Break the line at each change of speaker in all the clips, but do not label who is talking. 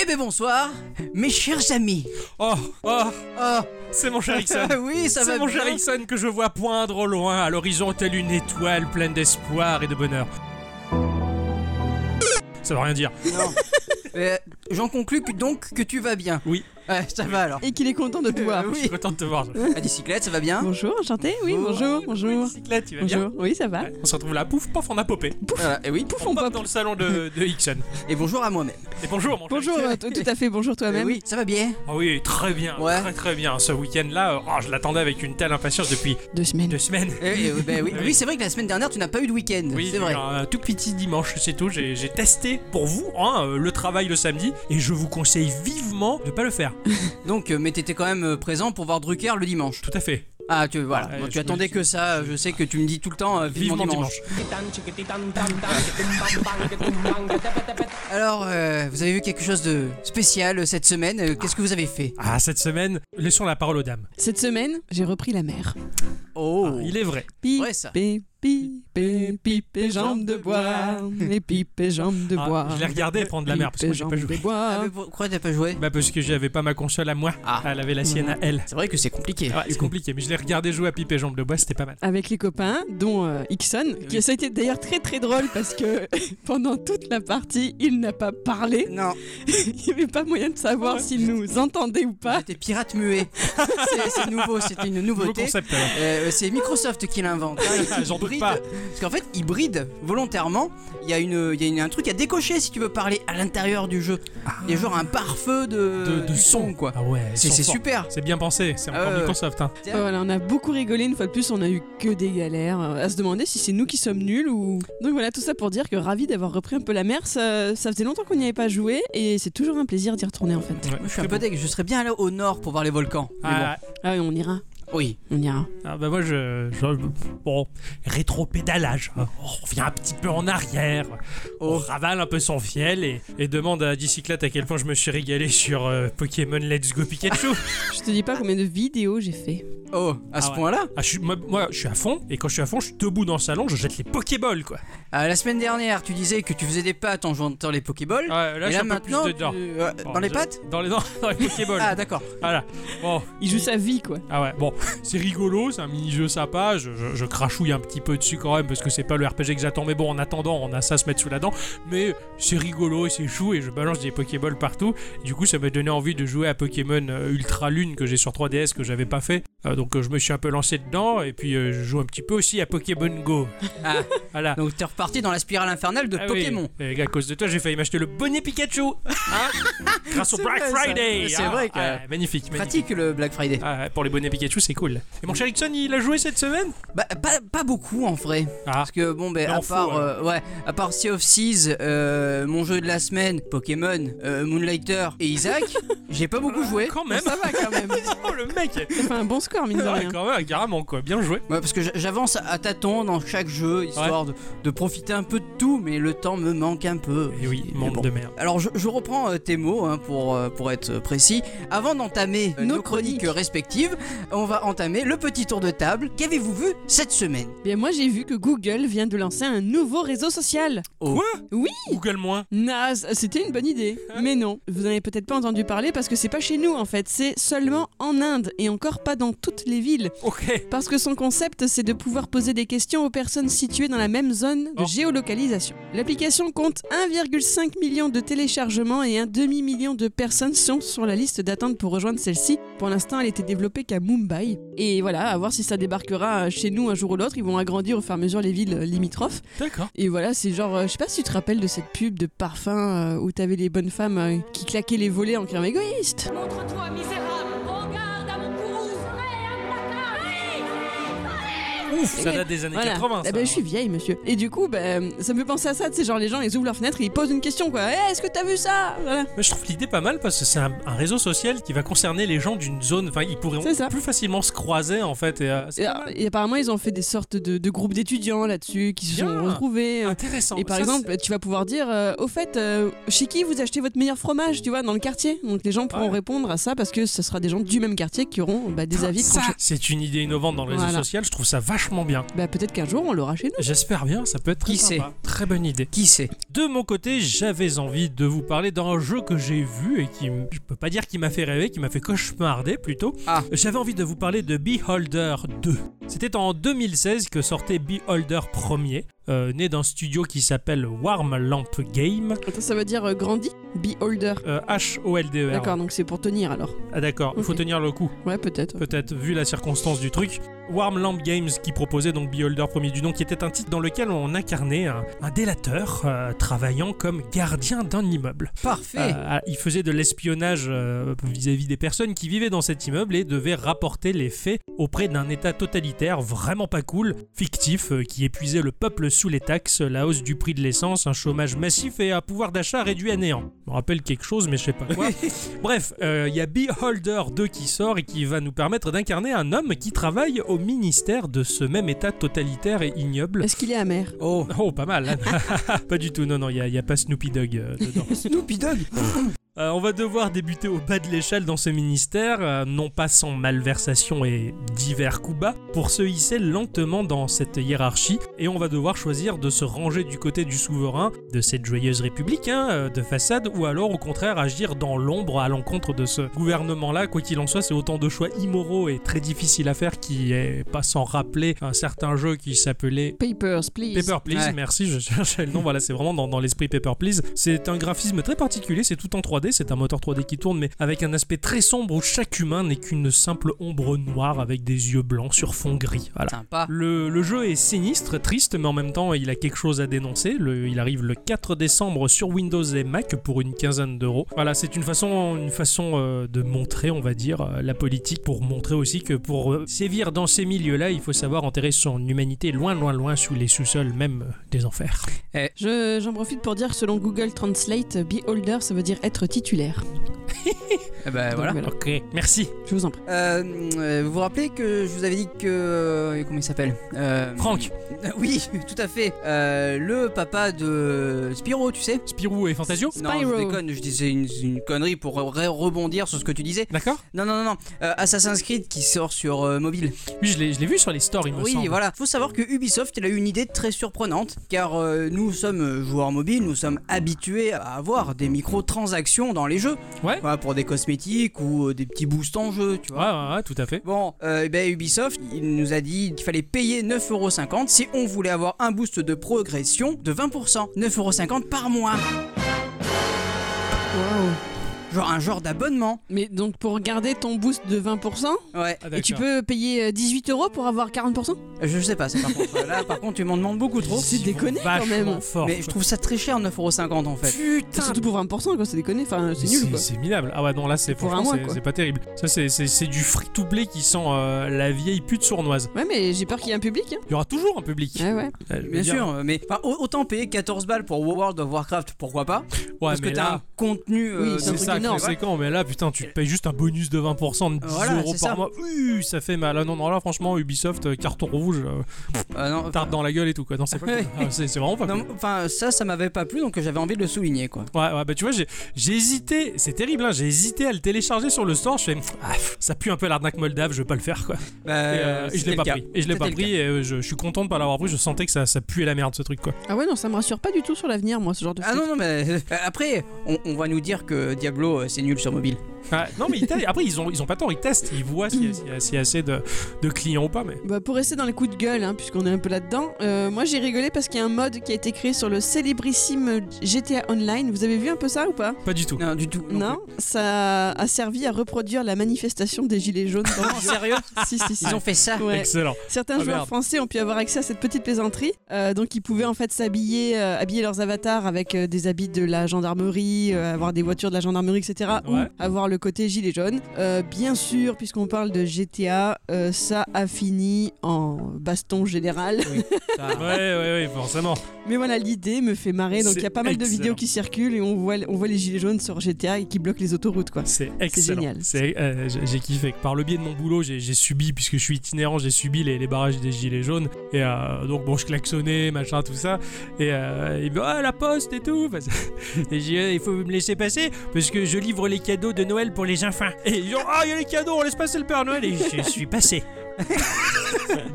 Eh ben bonsoir, mes chers amis.
Oh, oh,
Oh,
c'est mon cher Ixon.
oui, ça va
C'est mon
bien.
cher Ixon que je vois poindre au loin, à l'horizon, telle une étoile pleine d'espoir et de bonheur. Ça veut rien dire.
Non. Euh, J'en conclus que- donc que tu vas bien.
Oui.
Ouais, ça va alors.
Et qu'il est content de te
Euh,
voir.
Je
oui. Hein
suis content de te voir.
La bicyclette, ça va bien
Bonjour, enchanté. Oui, bonjour, bonjour.
Bicyclette, tu vas bien
Bonjour. Oui, ça va.
Ouais, On se retrouve là, pouf, pof, on a popé.
Voilà, Et Euh, eh oui.
Pouf,
On
on
pop
pop.
dans le salon de, de Ixon.
Et bonjour à moi-même.
Et bonjour, mon cher
Bonjour,
Ixon.
euh, t- tout à fait, bonjour
Euh,
toi-même.
oui, ça va bien.
Ah oui, très bien,
Ouais.
très très bien. Ce week-end-là, euh, oh, je l'attendais avec une telle impatience depuis
Deux semaines.
deux semaines.
Eh, eh, ben oui,
Oui.
oui c'est vrai que la semaine dernière tu n'as pas eu de week-end.
Oui,
c'est vrai.
Un tout petit dimanche, c'est tout. J'ai j'ai testé pour vous hein, euh, le travail le samedi et je vous conseille vivement de pas le faire.
Donc, euh, mais t'étais quand même euh, présent pour voir Drucker le dimanche.
Tout à fait.
Ah, tu voilà.
Ouais,
Bon, tu
je me
attendais
dis-
que ça. euh, Je sais que tu me dis tout le temps euh, vivement,
Vivement
dimanche.
dimanche.
Alors, euh, vous avez vu quelque chose de spécial euh, cette semaine euh, Qu'est-ce que vous avez fait
Ah, cette semaine, laissons la parole aux dames.
Cette semaine, j'ai repris la mer.
Oh,
Ah, il est vrai.
Pipe,
Ouais, ça.
pipe, pipe, pipe et jambes de bois. Et pipe et jambes de
Ah,
bois.
je l'ai regardé prendre la mer parce
Pipe et
que j'ai pas
jambes
joué.
de bois.
Ah, mais pourquoi t'as pas joué
Bah parce que j'avais pas ma console à moi.
Ah.
Elle avait la sienne à elle.
C'est vrai que c'est compliqué.
Ouais, c'est compliqué, mais je l'ai regardé jouer à pipe et jambes de bois, c'était pas mal.
avec les copains, dont euh, Ixon,
Oui.
qui ça a été d'ailleurs très très drôle parce que pendant toute la partie, il n'a pas parlé.
Non,
Il n'y avait pas moyen de savoir s'il nous entendait ou pas.
j'étais pirate muet. c'est c'est nouveau, c'était une
Nouveau
nouveauté.
concept. alors.
Euh, c'est Microsoft qui l'invente. hein.
J'en doute
Hybride.
pas.
Parce qu'en fait, ils brident volontairement. Il y a, une, il y a une- un truc à décocher si tu veux parler à l'intérieur du jeu. Il y a genre un pare-feu de,
Ah. De, de
Euh, du
son
quoi.
Ah ouais.
C'est
son
c'est
fort.
super.
C'est bien pensé. C'est encore
Ah ouais.
Microsoft. Hein.
Euh, Voilà, on a beaucoup rigolé une fois de plus, on a eu que des galères euh, à se demander si c'est nous qui sommes nuls ou. Donc voilà, tout ça pour dire que ravi d'avoir repris un peu la mer, ça, ça faisait longtemps qu'on n'y avait pas joué et c'est toujours un plaisir d'y retourner en fait.
Ouais,
Moi, je suis un
très
peu
bon.
deg, je serais bien allé au nord pour voir les volcans. Mais
Ah,
Ah oui, on ira,
bon. Oui.
on ira.
Ah bah moi je, je- bon rétro-pédalage, hein. on revient un petit peu en arrière, on
Oh.
ravale un peu son fiel et, et demande à Dicyclette à quel point je me suis régalé sur euh, Pokémon Let's Go Pikachu.
Je te dis pas combien de vidéos j'ai fait.
Oh, à
Ah
ce
ouais.
point-là
Ah, je suis, moi, moi, je suis à fond et quand je suis à fond je suis debout dans le salon, je jette les Pokéballs quoi.
Euh, La semaine dernière, tu disais que tu faisais des pattes en jouant dans les Pokéballs.
Ouais, Ah, là,
Et
je suis
là
un peu plus
maintenant,
dedans.
tu- euh,
Bon,
dans les
je-
pattes
dans les, dans, dans les Pokéballs.
Ah, d'accord.
Voilà. Bon.
Il joue sa vie quoi.
Ah ouais, bon, c'est rigolo, c'est un mini-jeu sympa, je, je- je crachouille un petit peu dessus quand même parce que c'est pas le RPG que j'attends, mais bon, en attendant, on a ça à se mettre sous la dent, mais c'est rigolo et c'est chou et je balance des Pokéballs partout, du coup ça m'a donné envie de jouer à Pokémon euh, Ultra Lune que j'ai sur 3DS que j'avais pas fait, Euh, donc euh, je me suis un peu lancé dedans et puis euh, je joue un petit peu aussi à Pokémon Go.
Ah.
voilà.
Donc t'es reparti dans la spirale infernale de
Ah oui,
Pokémon.
et à cause de toi, j'ai failli m'acheter le bonnet Pikachu hein, grâce au
C'est
Black
vrai, ça.
Friday.
C'est vrai que-
ah, magnifique, magnifique.
Pratique le Black Friday.
Ah, pour les bonnets Pikachu, c'est cool. Et mon cher Ixon, il a joué cette semaine
Bah, pas, pas beaucoup en vrai.
Ah,
Parce que bon, ben,
Non,
à
fou,
part,
alors.
euh, ouais, à part Sea of Seas, euh, mon jeu de la semaine, Pokémon, euh, Moonlighter et Isaac, j'ai pas beaucoup joué.
quand même
Ça va quand même.
Oh le mec
T'as fait un bon score mine de
Ouais,
rien.
Quand même, carrément quoi, bien joué.
Ouais, parce que j'a- j'avance à tâtons dans chaque jeu, histoire de, de profiter un peu de tout, mais le temps me manque un peu.
Et Eh oui,
Mais
monde
bon.
de merde.
Alors je, je reprends euh, tes mots hein, pour, euh, pour être précis. Avant d'entamer euh,
Nos
nos chroniques
chroniques.
respectives, on va entamer le petit tour de table. Qu'avez-vous vu cette semaine
Bien moi j'ai vu que Google vient de lancer un nouveau réseau social.
Oh.
Quoi
Oui.
Google moins
Nas, c'était une bonne idée. Mais non, vous n'avez peut-être pas entendu parler parce que c'est pas chez nous en fait, c'est seulement en Inde et encore pas dans toutes les villes.
Ok.
Parce que son concept c'est de pouvoir poser des questions aux personnes situées dans la même zone de
Oh.
géolocalisation. L'application compte 1,5 million de téléchargements et un demi-million de personnes sont sur la liste d'attente pour rejoindre celle-ci. Pour l'instant elle était développée qu'à Mumbai. Et voilà, à voir si ça débarquera chez nous un jour ou l'autre, ils vont agrandir au fur et à mesure les villes limitrophes.
D'accord.
Et voilà, c'est genre, euh, je sais pas si tu te rappelles de cette pub de parfum euh, où t'avais les bonnes femmes euh, qui claquaient les volets en criant égoïste.
Montre-toi misérable, prends garde à mon cou, vous serez un placard.
Ouf, ça
Ouais.
date des années
Voilà.
80. Ça, hein.
Ah ben, je suis vieille, monsieur. Et du coup, ben, ça me fait penser à ça, tu sais, genre les gens, ils ouvrent leur fenêtre et ils posent une question, quoi. Eh, Est-ce que t'as vu ça Voilà.
Mais je trouve l'idée pas mal parce que c'est un, un réseau social qui va concerner les gens d'une zone. Enfin, ils pourront
C'est ça.
plus facilement se croiser en fait. Et, euh, c'est
Et, ah,
pas mal.
et apparemment, ils ont fait des sortes de, de groupes d'étudiants là-dessus qui se
Bien.
sont retrouvés. euh,
Intéressant.
Et par
Ça,
exemple, tu vas pouvoir dire, euh, au fait, euh, chez qui vous achetez votre meilleur fromage, tu vois, dans le quartier Donc les gens pourront
Ouais.
répondre à ça parce que ce sera des gens du même quartier qui auront bah, des avis
c'est- ça,
tranchés.
c'est une idée innovante dans le réseau
Voilà.
social. Je trouve ça vachement bien.
Bah peut-être qu'un jour on l'aura chez nous.
J'espère bien, ça peut être très
Qui
sympa.
sait
Très bonne idée.
Qui sait
De mon côté, j'avais envie de vous parler d'un jeu que j'ai vu et qui, m- je peux pas dire qui m'a fait rêver, qui m'a fait cauchemarder plutôt.
Ah.
J'avais envie de vous parler de Beholder 2. C'était en 2016 que sortait Beholder 1er, euh, né d'un studio qui s'appelle Warm Lamp Game,
Attends, ça veut dire euh, grandi Beholder.
euh, H-O-L-D-E-R.
D'accord, donc c'est pour tenir alors.
Ah, d'accord, il faut
Ok.
tenir le coup.
Ouais, peut-être.
peut-être vu la circonstance du truc. Warm Lamp Games qui proposait donc Beholder premier du nom, qui était un titre dans lequel on incarnait un, un délateur euh, travaillant comme gardien d'un immeuble.
Parfait.
Euh, il faisait de l'espionnage euh, vis-à-vis des personnes qui vivaient dans cet immeuble et devait rapporter les faits auprès d'un État totalitaire vraiment pas cool, fictif, euh, qui épuisait le peuple sous les taxes, la hausse du prix de l'essence, un chômage massif et un pouvoir d'achat réduit à néant. Je me rappelle quelque chose, mais je sais pas quoi. Bref, euh, il y a Beholder 2 qui sort et qui va nous permettre d'incarner un homme qui travaille au ministère de ce même État totalitaire et ignoble.
Est-ce qu'il est amer
Oh.
Oh, pas mal. pas du tout, non, non, il n'y a, pas Snoopy Dogg euh, dedans.
Snoopy Dog.
Euh, on va devoir débuter au bas de l'échelle dans ce ministère, euh, non pas sans malversation et divers coups bas, pour se hisser lentement dans cette hiérarchie, et on va devoir choisir de se ranger du côté du souverain, de cette joyeuse république hein, euh, de façade, ou alors au contraire agir dans l'ombre à l'encontre de ce gouvernement-là. Quoi qu'il en soit, c'est autant de choix immoraux et très difficiles à faire qui est pas sans rappeler un certain jeu qui s'appelait
Papers, please.
Paper Please,
Ouais.
merci, je cherchais le nom, voilà, c'est vraiment dans, dans l'esprit Paper Please. C'est un graphisme très particulier, c'est tout en 3D, c'est un moteur 3D qui tourne, mais avec un aspect très sombre où chaque humain n'est qu'une simple ombre noire avec des yeux blancs sur fond gris. Voilà.
Sympa.
Le, le jeu est sinistre, triste, mais en même temps, il a quelque chose à dénoncer. Le- il arrive le 4 décembre sur Windows et Mac pour une quinzaine d'euros. Voilà, c'est une façon, une façon euh, de montrer, on va dire, euh, la politique, pour montrer aussi que pour euh, sévir dans ces milieux-là, il faut savoir enterrer son humanité loin, loin, loin sous les sous-sols même euh, des enfers.
Je- J'en profite pour dire que selon Google Translate, Beholder, ça veut dire être titulaire.
Eh ben
Donc,
voilà.
Ok, merci.
Je vous en prie.
Euh, euh, vous vous rappelez que je vous avais dit que euh, comment il s'appelle Euh,
Franck,
euh, Oui, tout à fait. Euh, le papa de Spiro, tu sais.
Spirou et Fantasio
Non,
Spyro.
je déconne. Je disais une, une connerie pour re- rebondir sur ce que tu disais.
D'accord
Non, non, non, non. Euh, Assassin's Creed qui sort sur euh, mobile.
Oui, je l'ai je l'ai vu sur les stores, il me
Oui,
semble.
voilà. Faut savoir que Ubisoft, il a eu une idée très surprenante, car euh, nous sommes joueurs mobiles, nous sommes habitués à avoir des microtransactions dans les jeux.
Ouais.
Voilà, pour des cosmétiques ou euh, des petits boosts en jeu, tu vois.
Ouais, ouais, ouais, tout à fait.
Bon, euh, eh ben Ubisoft, il nous a dit qu'il fallait payer 9,50€ si on voulait avoir un boost de progression de 20%. 9,50€ par mois. Genre un genre d'abonnement.
Mais donc pour garder ton boost de 20%,
Ouais.
Ah,
et tu
d'accord.
peux payer euh, 18 euros pour avoir 40%
Je sais pas, ça par contre. Là, par contre, tu m'en demandes beaucoup trop.
C'est déconné quand même.
Vachement fort,
Mais je trouve ça très cher, 9,50€ en fait.
C'est Surtout pour 20%, quoi, c'est déconné. Enfin, c'est
Mais
nul, quoi.
C'est minable. Ah ouais, non, là, c'est
Pour
franchement,
un mois,
c'est-
quoi.
c'est pas terrible. Ça, c'est- c'est c'est du free-to-play qui sent euh, la vieille pute sournoise.
Ouais, mais j'ai peur qu'il y ait un public. Hein.
Il y aura toujours un public.
Ouais, ouais.
Euh, je veux
Bien
dire,
sûr, mais enfin, au- autant payer 14 balles pour World of Warcraft, pourquoi pas
Ouais,
Parce que
mais
t'as
là,
un contenu. euh,
Oui, c'est un
c'est
dans-
truc
ça
énorme.
conséquent. Mais là, putain, tu te payes juste un bonus de 20% de 10
Voilà,
euros
c'est
par
ça.
mois. Uuh, ça fait mal. Ah non, non, là, franchement, Ubisoft, euh, carton rouge, euh,
Ah, non,
tarte dans la gueule et tout, quoi. Non, c'est pas cool.
Ouais.
Ah, c'est c'est vraiment pas cool.
non, enfin, ça, ça m'avait pas plu, donc j'avais envie de le souligner, quoi.
Ouais, ouais, bah tu vois, j'ai j'ai hésité, c'est terrible, hein, j'ai hésité à le télécharger sur le store. Je fais, Ah, pff, ça pue un peu l'arnaque moldave, je vais pas le faire, quoi.
Bah,
Et, euh, et je
c'était
l'ai
le
pas
cas.
pris. Et je l'ai
C'était
pas
le
pris, et euh, je, je suis content de pas l'avoir pris. Je sentais que ça, ça puait la merde, ce truc, quoi.
Ah ouais, non, ça me rassure pas du tout sur l'avenir, moi, ce genre de
Ah
truc.
non, non, mais euh, après, on, on va nous dire que Diablo, euh, c'est nul sur mobile.
Ouais, non, mais ils testent. après, ils ont, ils ont pas tort, ils testent, ils voient s'il y a, s'il y a- s'il y a assez de, de clients ou pas. Mais...
Bah, pour rester dans les coups de gueule, hein, puisqu'on est un peu là-dedans, euh, moi j'ai rigolé parce qu'il y a un mode qui a été créé sur le célébrissime GTA Online. Vous avez vu un peu ça ou pas
Pas du tout.
Non, du tout.
Non, ça a servi à reproduire la manifestation des Gilets jaunes.
plus. Non, sérieux
si, si, si.
Ils ont fait ça
Ah. Ouais.
Excellent.
Certains
Ah,
joueurs
merde.
français ont pu avoir accès à cette petite plaisanterie. Euh, donc, ils pouvaient en fait s'habiller, euh, habiller leurs avatars avec euh, des habits de la gendarmerie, euh, avoir des voitures de la gendarmerie, etc.
Ouais.
Ou avoir le côté gilet jaune. Euh, bien sûr, puisqu'on parle de GTA, euh, ça a fini en baston général.
Ouais, ouais, ouais, forcément.
Mais voilà, l'idée me fait marrer. Donc,
C'est
il y a pas mal de
excellent.
vidéos qui circulent et on voit, on voit les gilets jaunes sur GTA et qui bloquent les autoroutes, quoi.
C'est excellent.
génial.
C'est euh, j'ai- j'ai kiffé. Par le biais de mon boulot, j'ai j'ai subi, puisque je suis itinérant, j'ai subi les, les barrages des gilets jaunes. Et euh, donc, bon, je klaxonnais, machin, tout ça. Et euh, ils me disent, ah, la poste et tout. Parce- Et j'ai dit, il faut me laisser passer, parce que oh, je livre les cadeaux de Noël pour les enfants. Et ils disent, ah, il y a les cadeaux, on laisse passer le Père Noël. Et je suis passé.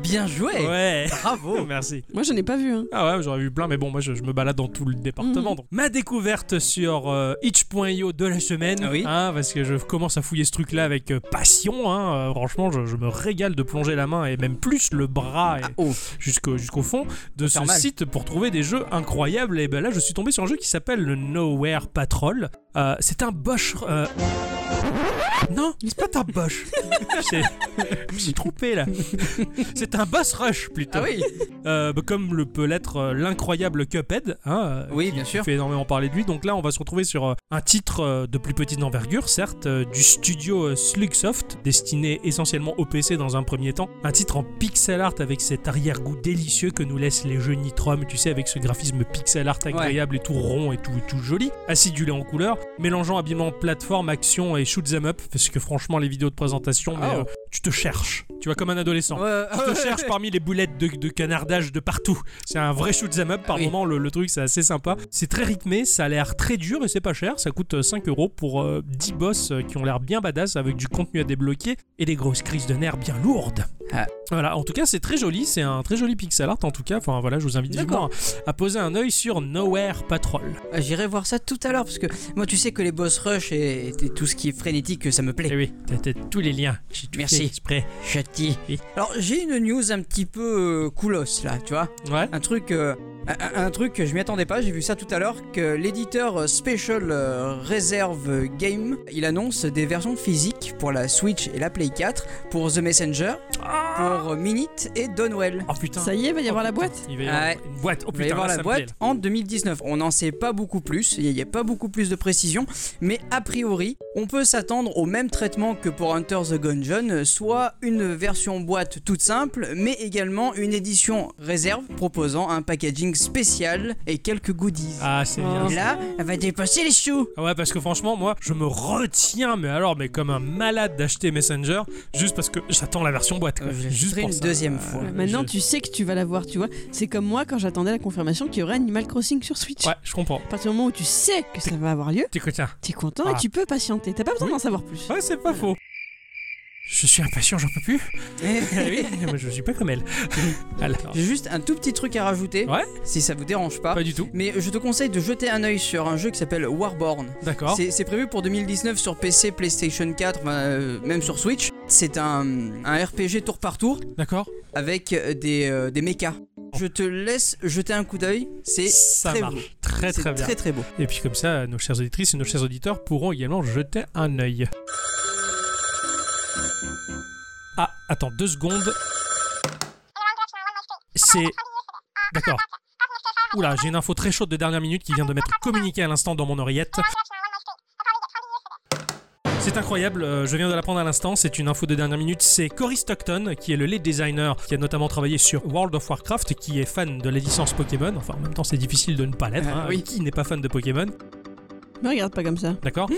Bien joué
Ouais.
Eh, Bravo
Merci.
Moi, je n'ai pas vu. Hein.
Ah ouais, j'aurais vu plein, mais bon, moi je, je me balade dans tout le département.
Mhm.
donc. Ma découverte sur euh, itch.io de la semaine,
Ah oui.
hein, parce que je commence à fouiller ce truc-là avec euh, passion. hein. Euh, franchement, je, je me régale de plonger la main et même plus le bras et-
Ah, oh.
jusqu'au jusqu'au fond de ce
faire mal.
site pour trouver des jeux incroyables. Et ben là, je suis tombé sur un jeu qui s'appelle le Nowhere Patrol. Euh, C'est un Bosch. euh, Non, c'est pas un Bosch. C'est- Je me suis trompé là. C'est un Boss Rush plutôt.
Ah oui
Euh, bah, comme le peut l'être euh, l'incroyable Cuphead, hein, euh,
Oui,
qui-
bien
qui
sûr.
fait énormément parler de lui. Donc là, on va se retrouver sur euh, un titre euh, de plus petite envergure, certes, euh, du studio euh, Slugsoft, destiné essentiellement au PC dans un premier temps. Un titre en pixel art avec cet arrière-goût délicieux que nous laissent les jeux Nitrom, tu sais, avec ce graphisme pixel art agréable et tout rond et tout, et tout joli, acidulé en couleurs, mélangeant habilement plateforme, action et shoot 'em up, parce que franchement, les vidéos de présentation, mais,
Oh.
euh, tu te cherches. Tu vois, comme un adolescent
Ouais,
je
ouais.
te cherche parmi les boulettes de, de canardage de partout. C'est un vrai shoot 'em up par
Ah oui.
moment. Le, le truc, c'est assez sympa. C'est très rythmé, ça a l'air très dur et c'est pas cher. Ça coûte euh, 5 euros pour euh, 10 boss euh, qui ont l'air bien badass avec du contenu à débloquer et des grosses crises de nerfs bien lourdes.
Ah.
Voilà, en tout cas, c'est très joli. C'est un très joli pixel art en tout cas. Enfin voilà, je vous invite vivement
D'accord.
à, à poser un œil sur Nowhere Patrol.
Ah, J'irai voir ça tout à l'heure parce que moi tu sais que les boss rush et, et tout ce qui est frénétique ça me plaît.
Et oui, t'as- t'as tous les liens. J'ai tout
Merci.
fait exprès.
Chati.
Oui.
Alors j'ai une news un petit peu euh, coolos là, tu vois.
Ouais.
Un truc, euh, un, un- un truc que je m'y attendais pas, j'ai vu ça tout à l'heure, que l'éditeur euh, Special euh, Reserve Game, il annonce des versions physiques pour la Switch et la Play 4, pour The Messenger, pour euh, Minute et Donwell.
Oh putain.
Ah Ça y est, va y avoir la boîte.
Il va y avoir
Ouais.
une boîte. Oh
Il va
putain,
y avoir
là,
la
ça me plaît,
boîte
là.
en 2019. On n'en sait pas beaucoup plus, il n'y a pas beaucoup plus de précision, mais a priori, on peut s'attendre au même traitement que pour Hunter the Gungeon, soit une version boîte toute simple, mais également une édition réserve proposant un packaging spécial et quelques goodies.
Ah, c'est bien.
Oh.
Et là, elle va dépasser les choux
Ah ouais, parce que franchement, moi, je me retiens, mais alors, mais comme un malade d'acheter Messenger, juste parce que j'attends la version boîte. quoi.
Euh, je
juste
l'achèterai
pour
une
ça.
deuxième fois.
Euh,
Maintenant,
je-
tu sais que tu vas la voir, tu vois. C'est comme moi quand j'attendais la confirmation qu'il y aurait Animal Crossing sur Switch.
Ouais, je comprends.
À partir du moment où tu sais que ça va avoir lieu,
T'es content.
t'es content
Voilà.
et tu peux patienter. T'as pas besoin
Oui.
d'en savoir plus.
Ouais, c'est pas faux. Je suis impatient, j'en peux plus. Ah oui, mais je suis pas comme elle. Alors,
J'ai juste un tout petit truc à rajouter,
Ouais.
si ça vous dérange pas.
pas du tout.
Mais je te conseille de jeter un œil sur un jeu qui s'appelle Warborn.
D'accord.
C'est c'est prévu pour 2019 sur PC, PlayStation 4, enfin, euh, même sur Switch. C'est un, un RPG tour par tour
D'accord.
avec euh, des, euh, des mechas. Je te laisse jeter un coup d'œil, c'est
Ça
très
marche.
beau.
Très
C'est
très bien.
très très beau.
Et puis comme ça, nos chères auditrices et nos chers auditeurs pourront également jeter un œil. Ah, attends deux secondes. C'est... D'accord. Oula, j'ai une info très chaude de dernière minute qui vient de m'être communiquée à l'instant dans mon oreillette. C'est incroyable, euh, je viens de l'apprendre à l'instant, c'est une info de dernière minute. C'est Cory Stockton, qui est le lead designer, qui a notamment travaillé sur World of Warcraft, qui est fan de la licence Pokémon. Enfin, en même temps, c'est difficile de ne pas l'être.
Ah,
hein.
oui.
Qui n'est pas fan de Pokémon
Me regarde pas comme ça.
d'accord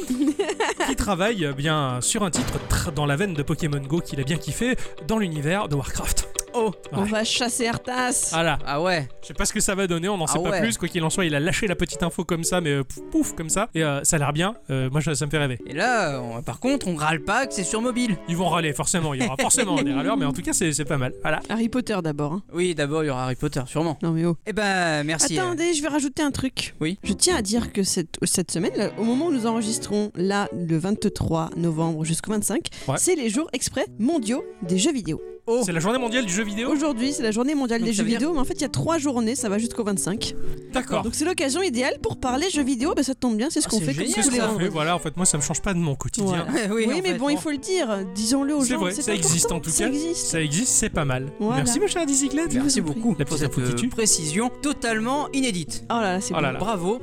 Qui travaille euh, bien sur un titre tr- dans la veine de Pokémon Go qu'il a bien kiffé dans l'univers de Warcraft.
Oh
On
Ouais.
va chasser Arthas.
Ah là,
Ah ouais
je sais pas ce que ça va donner, on n'en sait
Ah
pas
ouais.
plus, quoi qu'il en soit, il a lâché la petite info comme ça, mais euh, pouf, pouf, comme ça, et euh, ça a l'air bien, Euh, moi ça, ça me fait rêver.
Et là, on- par contre, on râle pas que c'est sur mobile.
Ils vont râler, forcément, il y aura forcément des râleurs, mais en tout cas c'est c'est pas mal. Voilà.
Harry Potter d'abord. hein.
Oui, d'abord, il y aura Harry Potter, sûrement.
Non mais oh.
Eh ben, merci. euh,
Attendez, je vais rajouter un truc.
Oui.
Je tiens à dire que cette, cette semaine, là, au moment où nous enregistrons, là, le 23 novembre jusqu'au 25,
Ouais.
c'est les jours exprès mondiaux des jeux vidéo.
Oh.
C'est la journée mondiale du jeu vidéo
Aujourd'hui, c'est la journée mondiale
Donc
des
ça
jeux
veut dire-
vidéo, mais en fait, il y a trois journées, ça va jusqu'au 25.
D'accord.
Donc c'est l'occasion idéale pour parler jeux vidéo, ben, ça tombe bien, c'est ce
Ah,
qu'on
c'est
fait
génial,
C'est
comme
ce
tous
ça.
les
qu'on fait,
vendredis.
voilà, en fait moi ça me change pas de mon quotidien.
Voilà.
oui,
Oui,
en
mais
fait,
bon, il faut le dire, disons-le aux
C'est
gens.
vrai,
c'est
ça existe
important,
en tout
Ça
cas.
existe.
Ça existe, c'est pas mal.
Voilà.
Merci ma chère bicyclette.
Merci
vous en prie.
beaucoup
La
pour
petite
cette
info qui
euh,
tue.
précision totalement inédite.
Oh là là, c'est
Oh là
bon.
là.
Bravo.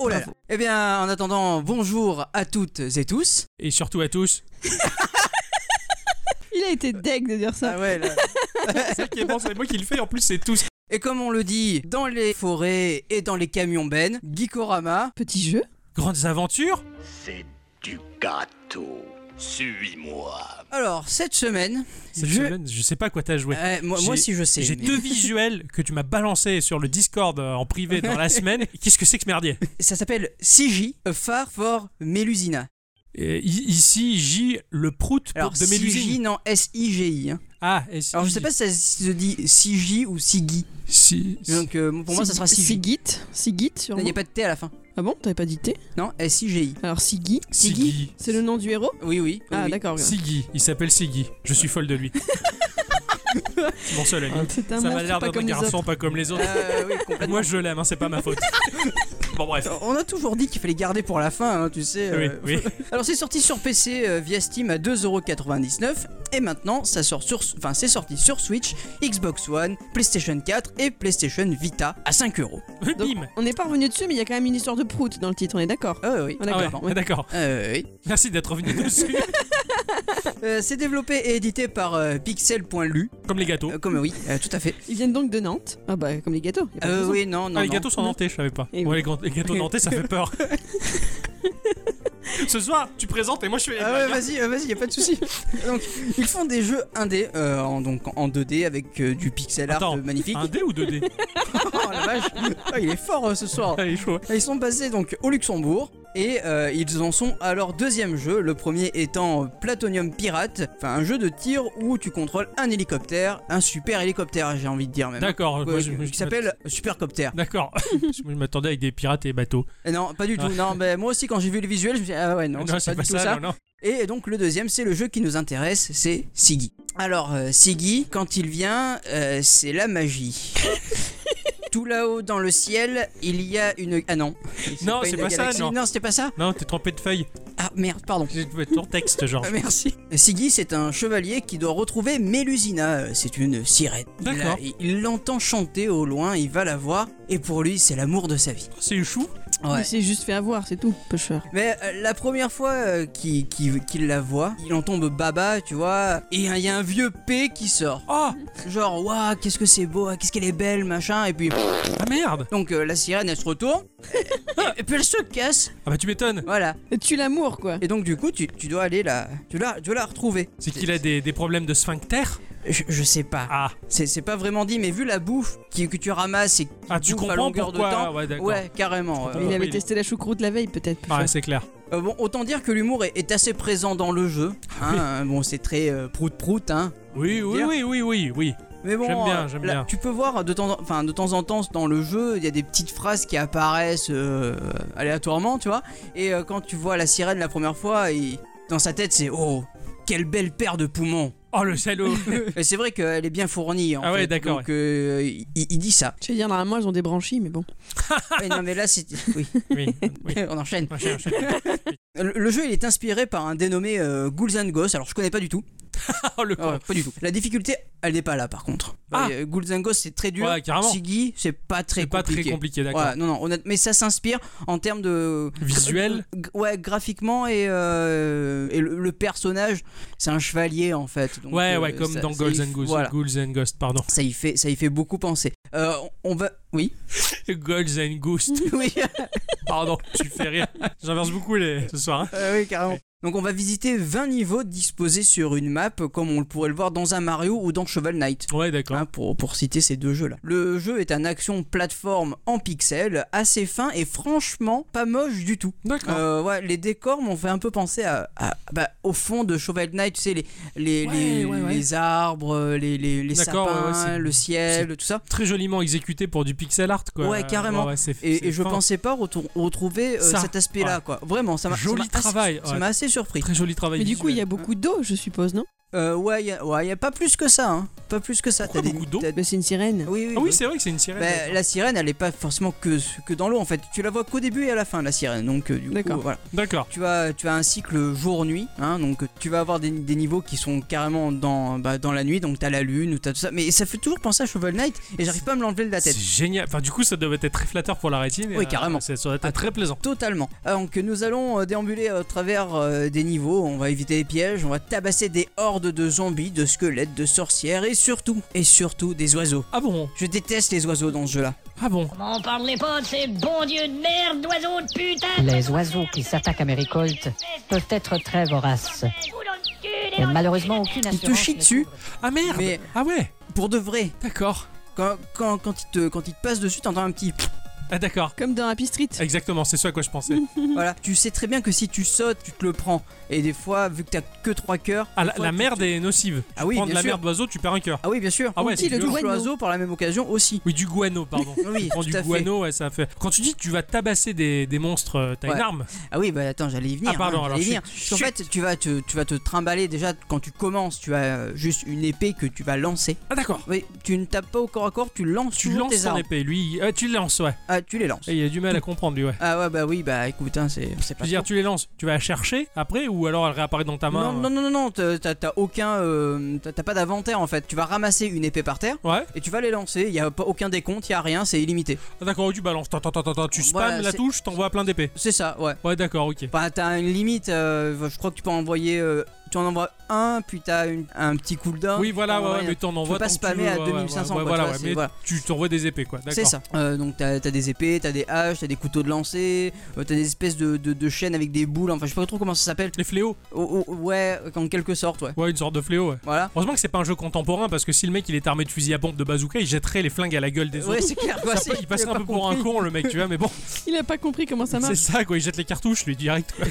Oh là là. Eh bien, en attendant, bonjour à toutes et tous.
Et surtout à tous.
Il a été deg de dire
Ah.
ça.
ouais, là.
C'est ça qui est bon, c'est moi qui le fais, en plus c'est tous.
Et comme on le dit dans les forêts et dans les camions ben, Gikorama,
Petit jeu.
Grandes aventures
C'est du gâteau. Suis-moi.
alors cette semaine,
Cette
je... Euh,
semaine, je sais pas à quoi t'as joué.
Ouais, moi, moi
J'ai-
si je sais.
J'ai
mais-
deux visuels que tu m'as balancés sur le Discord euh, en privé dans la semaine. Qu'est-ce que c'est que ce merdier
Ça s'appelle CJ, A Far for Mélusina.
Euh, i- Ici, J, le prout pour
Alors
de
CJ,
Mélusine.
non, S-I-G-I. hein.
Ah, et si-
Alors je sais pas si ça se dit Sigi ou Sigi.
si- si-
Donc euh, pour moi ça sera Sigi.
Sigit. Sigit,
Il n'y
sûrement.
a pas de T à la fin.
Ah bon T'avais pas dit T
Non, S-I-G-I.
Alors Sigi,
Siggy.
c'est le nom du héros
Oui, oui. oui,
Euh,
Ah
oui.
d'accord.
Siggy. Il s'appelle Siggy. Je suis folle de lui. c'est mon seul ami.
Ah, C'est un
Ça m'a
monstre,
l'air
pas
d'un
comme les autres.
garçon pas comme les autres.
Euh, oui, complètement.
Moi je l'aime, hein, c'est pas ma faute. Bon bref.
On a toujours dit qu'il fallait garder pour la fin, hein, tu sais.
Oui,
euh.
oui.
Alors c'est sorti sur PC euh, via Steam à 2,99€ et maintenant ça sort sur, enfin c'est sorti sur Switch, Xbox One, PlayStation 4 et PlayStation Vita à 5€.
Donc,
Bim.
on n'est pas revenu dessus, mais il y a quand même une histoire de prout dans le titre, on est d'accord
Ah oui, oui.
Ah,
Ah ouais,
d'accord, oui.
d'accord.
Euh, oui.
Merci d'être revenu dessus.
Euh, c'est développé et édité par euh, Pixel.lu,
Oh.
Comme les gâteaux.
Euh, comme oui, euh, tout à fait.
Ils viennent donc de Nantes. Ah bah comme les gâteaux. y a pas de
Euh,
raison.
oui, non, non.
ah, les
non.
gâteaux sont nantais, je savais pas.
Eh oui.
Ouais, les, gant- les gâteaux nantais, ça fait peur. Ce soir, tu présentes et moi je fais.
Ah ouais, vas-y, euh, vas-y, y a pas de souci. donc, ils font des jeux indés, euh, en, donc en 2D avec euh, du pixel art
Attends,
euh, magnifique.
Hein.
Un dé ou deux dés
Oh la vache, Ah, il est fort euh, ce soir.
Ah, il est chaud.
Ils sont basés donc au Luxembourg et euh, ils en sont à leur deuxième jeu, le premier étant euh, Platonium Pirate, enfin un jeu de tir où tu contrôles un hélicoptère, un super hélicoptère j'ai envie de dire même.
D'accord. moi,
Euh,
je- je-
qui s'appelle Supercopter.
D'accord. Parce que moi, je m'attendais avec des pirates et bateaux.
Euh, Non, pas du tout.
Ah.
Non, mais moi aussi quand j'ai vu le visuel, je me suis dit, ah ouais, non, c'est pas, du tout ça.
non, non.
Et donc le deuxième, c'est le jeu qui nous intéresse, c'est Siggy. Alors euh, Siggy, quand il vient, euh, c'est la magie. Tout là-haut dans le ciel, il y a une ah non.
Non, c'est
une
pas ça,
galaxie.
non.
Non, c'était pas ça.
Non, t'es trompé de feuille.
Ah merde, pardon.
J'ai trouvé ton texte, genre.
Ah, Merci. Siggy, c'est un chevalier qui doit retrouver Mélusina. euh, C'est une sirène. Il la-
D'accord.
Il il l'entend chanter au loin, il va la voir, et pour lui, c'est l'amour de sa vie.
C'est chou.
Ouais.
Il s'est juste fait avoir, c'est tout, pêcheur.
Mais euh, la première fois euh, qu'il qu'il- qu'il la voit, il en tombe baba, tu vois, et il y a un vieux P qui sort.
Oh,
Genre, waouh, qu'est-ce que c'est beau, ah, qu'est-ce qu'elle est belle, machin, et puis.
ah merde.
Donc euh, la sirène, elle se retourne, et, et puis elle se casse.
Ah bah tu m'étonnes.
Voilà.
Tu l'amour quoi.
Et donc, du coup, tu, tu dois aller la. Tu dois, tu dois la retrouver.
C'est qu'il a des, des problèmes de sphincter
Je, je sais pas.
Ah,
C'est c'est pas vraiment dit, mais vu la bouffe qui, que tu ramasses et que
ah tu
bouffes à
comprends
longueur
pourquoi
de temps.
Ouais, d'accord.
Ouais, carrément.
comprends.
ouais.
Il avait
il-
testé la choucroute la veille peut-être.
Ah,
pêcheur.
c'est clair.
Euh, bon, autant dire que l'humour est, est assez présent dans le jeu. hein, bon, c'est très euh, prout-prout, hein.
Oui, oui,
Dire.
oui, oui, oui, oui.
Mais bon,
J'aime bien,
euh,
j'aime
là,
bien.
tu peux voir de temps, en, enfin, de temps en temps dans le jeu, il y a des petites phrases qui apparaissent euh, aléatoirement, tu vois. Et euh, quand tu vois la sirène la première fois, il- dans sa tête, c'est oh. Quelle belle paire de poumons!
Oh, le salaud.
Et c'est vrai qu'elle est bien fournie. En
Ah ouais,
fait,
d'accord,
Donc, euh, il, il dit ça.
Je veux dire, normalement, ils ont des branchies, mais bon.
Ouais, non, mais là, c'est. Oui,
oui, oui.
on enchaîne.
Ah, je- je-
Le le jeu il est inspiré par un dénommé euh, Ghouls and Ghosts, alors je connais pas du tout.
Oh, le
Ah ouais,
con.
pas du tout. La difficulté, elle n'est pas là par contre.
Ah.
Euh, Ghouls and Ghosts c'est très dur.
Ouais, carrément.
Siggy, c'est pas très
C'est pas
compliqué.
très compliqué, d'accord.
Voilà, non, non, honnête- mais ça s'inspire en termes de.
Visuel
G- Ouais, graphiquement et, euh, et le, le personnage, c'est un chevalier en fait. donc,
ouais,
euh,
ouais, comme
ça-
dans
ça
Ghouls
y-
and Ghosts.
Voilà.
Ghouls and Ghosts, pardon.
Ça y, fait, ça y fait beaucoup penser. Euh, on on va. Oui.
Ghouls and Ghosts,
oui.
pardon, tu fais rire. J'inverse beaucoup les... ce soir. hein.
Ah oui, carrément. Donc on va visiter 20 niveaux disposés sur une map comme on le pourrait le voir dans un Mario ou dans Shovel Knight.
Ouais, d'accord.
hein, pour, pour citer ces deux jeux là. Le jeu est un action plateforme en pixel, assez fin et franchement pas moche du tout.
D'accord.
Euh, ouais, les décors m'ont fait un peu penser à, à- bah, au fond de Shovel Knight, tu sais, les, les,
Ouais,
les,
ouais, ouais.
les arbres, les, les, les
D'accord, ouais, ouais,
sapins,
c'est-
le ciel, tout ça.
Très joliment exécuté pour du pixel art, quoi.
Ouais, carrément.
c'est- c'est
Et, et je
fin.
pensais pas retou- retrouver euh,
Ça,
cet aspect-là,
ouais.
quoi. Vraiment, ça m'a ça
Joli
m'a assez-
travail,
ça
ouais.
m'a assez surpris.
Très joli travail.
Mais du coup, il y
visuel.
a beaucoup d'eau, je suppose, non
Euh, ouais, y a, ouais, y a pas plus que ça, hein. Pas plus que ça.
Pourquoi
T'as des-
beaucoup d'eau
t'as-
Bah, C'est une sirène.
Oui, oui.
Ah
oui.
Euh, oui, c'est vrai que c'est une sirène.
Bah,
d'accord.
la sirène, elle est pas forcément que, que dans l'eau en fait. Tu la vois qu'au début et à la fin, la sirène. Donc, euh, du coup,
D'accord.
voilà.
D'accord.
Tu as, tu as un cycle jour-nuit. Hein, donc, tu vas avoir des, des niveaux qui sont carrément dans, bah, dans la nuit. Donc, t'as la lune, t'as tout ça. Mais ça fait toujours penser à Shovel Knight et j'arrive pas à me l'enlever de la
C'est
tête.
génial. Enfin, du coup, ça devait être très flatteur pour la rétine. et,
Oui,
euh,
carrément. Ah,
Ça ça doit être très plaisant.
Totalement. Donc nous allons euh, déambuler à travers euh, des niveaux, on va éviter les pièges, on va tabasser des hordes de zombies, de squelettes, de sorcières et surtout, et surtout des oiseaux.
Ah bon
Je déteste les oiseaux dans ce jeu là.
Ah bon
M'en parlez pas de ces bons dieux de merde, d'oiseaux de putain!
Les oiseaux qui s'attaquent à mes récoltes peuvent être très voraces.
Vous dans le cul,
Et
des
malheureusement, aucune
Ils
assurance.
te chient
ne
dessus,
Ah merde
mais
Ah ouais
pour de vrai.
D'accord.
Quand, quand, quand, ils, te, quand ils te passent dessus, t'entends un petit
Ah d'accord.
Comme dans Happy Street.
Exactement, c'est ce à quoi je pensais.
Mmh.
Voilà, tu sais très bien que si tu sautes, tu te le prends. Et des fois, vu que t'as que trois cœurs.
Ah,
des
la,
fois,
la
tu-
merde est nocive.
Ah oui,
Prendre
bien
la
sûr.
merde d'oiseau, tu perds un cœur.
Ah oui, bien sûr.
Ah ouais,
Qui,
c'est
le
violent.
touche
guano.
l'oiseau par la même occasion aussi.
Oui, du guano, pardon.
Oui,
Prends
tout
du
à fait.
guano, ouais, ça fait. Quand tu dis que tu vas tabasser des, des monstres, euh, t'as une
Ouais.
arme.
Ah oui, bah attends, j'allais y venir.
Ah, pardon,
hein,
alors,
j'allais y
chut,
venir. Parce qu'en fait, tu vas, te, tu vas te trimballer déjà quand tu commences. Tu as euh, juste une épée que tu vas lancer.
Ah d'accord.
Oui, tu ne tapes pas au corps à corps, tu lances
Tu
toujours
lances
tes
son
armes.
épée, lui. il- Ah, tu le lances, ouais.
Ah, tu les lances.
Et il a du mal à comprendre, lui, ouais.
Ah ouais, bah oui, bah écoute, hein, c'est c'est
Je
pas.
veux dire,
trop.
tu les lances, tu vas la chercher après ou alors elle réapparaît dans ta main euh,
Non, non, non, non, non, t'as t'as- t'as aucun. euh, t'as t'as pas d'inventaire en fait. Tu vas ramasser une épée par terre
Ouais,
et tu vas les lancer. Il y a pas aucun décompte, il y a rien, c'est illimité.
Ah, d'accord, tu balances, Tant, tant, tant, tant, tu spammes
Voilà,
la
c'est-
touche, t'envoies plein d'épées.
C'est ça, ouais.
Ouais, d'accord, ok.
Bah, t'as une limite, euh, je crois que tu peux envoyer. euh, tu en envoies un, puis t'as une- un petit cooldown.
Oui, voilà,
tu peux
ouais,
envoyer
mais t'en envoies
pas
tant que
spammer
veux,
à
ouais, ouais,
2500,
ouais,
quoi,
voilà,
tu vois,
ouais,
c'est-
mais
voilà.
tu t'envoies des épées, quoi.
C'est
D'accord.
ça. Euh, donc t'as t'as des épées, t'as des haches, t'as des couteaux de lancer, euh, t'as des espèces de, de- de chaînes avec des boules, enfin je sais pas trop comment ça s'appelle.
Les fléaux,
Oh, oh, ouais, en quelque sorte, ouais.
ouais, une sorte de fléau, ouais.
Voilà.
Heureusement que c'est pas un jeu contemporain parce que si le mec il est armé de fusil à pompe de bazooka, il jetterait les flingues à la gueule des
Ouais,
autres.
c'est clair, quoi.
Ça
c'est-
peut- il passerait
j'ai
un
pas
peu pour
compris.
un con le mec, tu vois, mais bon,
Il a pas compris comment ça
c'est
marche.
ça quoi, il jette les cartouches lui direct. quoi.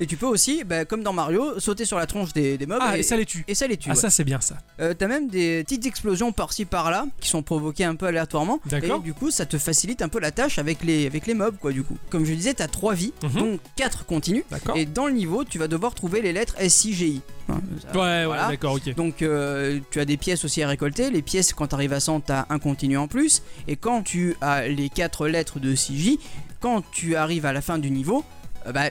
Et tu peux aussi, bah, comme dans Mario, sauter sur la tronche des, des mobs
Ah,
et,
et ça les tue.
et ça les tue.
Ah,
ouais.
ça c'est bien ça.
Euh, t'as même des petites explosions par-ci par-là qui sont provoquées un peu aléatoirement.
D'accord.
Et du coup, ça te facilite un peu la tâche avec les, avec les mobs, quoi, du coup. Comme je disais, t'as 3 vies,
Mhm.
donc 4 continues.
D'accord.
Et dans le niveau, tu vas devoir trouver les lettres SIGI. Hein, ça-
Ouais, ouais,
voilà.
d'accord, ok.
Donc euh, tu as des pièces aussi à récolter, les pièces quand tu arrives à 100 t'as un continu en plus, et quand tu as les 4 lettres de 6J, quand tu arrives à la fin du niveau, euh, bah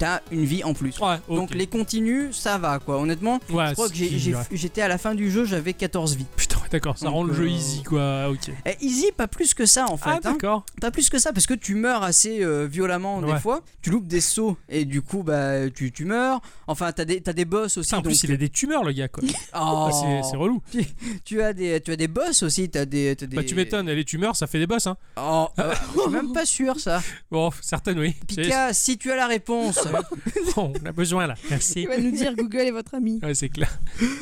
t'as une vie en plus.
Ouais, ok.
Donc les continus ça va quoi, honnêtement,
Ouais,
je crois que
si,
j'ai- j'ai-
ouais.
j'étais à la fin du jeu j'avais 14 vies.
Putain, ouais, d'accord, ça
Donc,
rend le jeu
euh,
easy quoi, ok.
Eh, easy pas plus que ça en fait,
ah,
hein.
d'accord.
pas plus que ça parce que tu meurs assez euh, violemment
Ouais.
des fois, tu loupes des sauts et du coup bah tu, tu meurs, enfin t'as des, t'as des boss aussi.
Putain, Ah, en
donc-
plus, il a des tumeurs, le gars, quoi.
Oh.
Ah, c'est- c'est relou.
tu, as des, tu as des boss aussi, t'as des... t'as
Bah,
des-
tu m'étonnes, les tumeurs, ça fait des boss, hein.
Oh, euh, je suis même pas sûr ça.
Bon, certaines, oui. C'est-
Pika, si tu as la réponse.
Oh, on a besoin, là. Merci.
Il va nous dire Google est votre ami.
Ouais, c'est clair.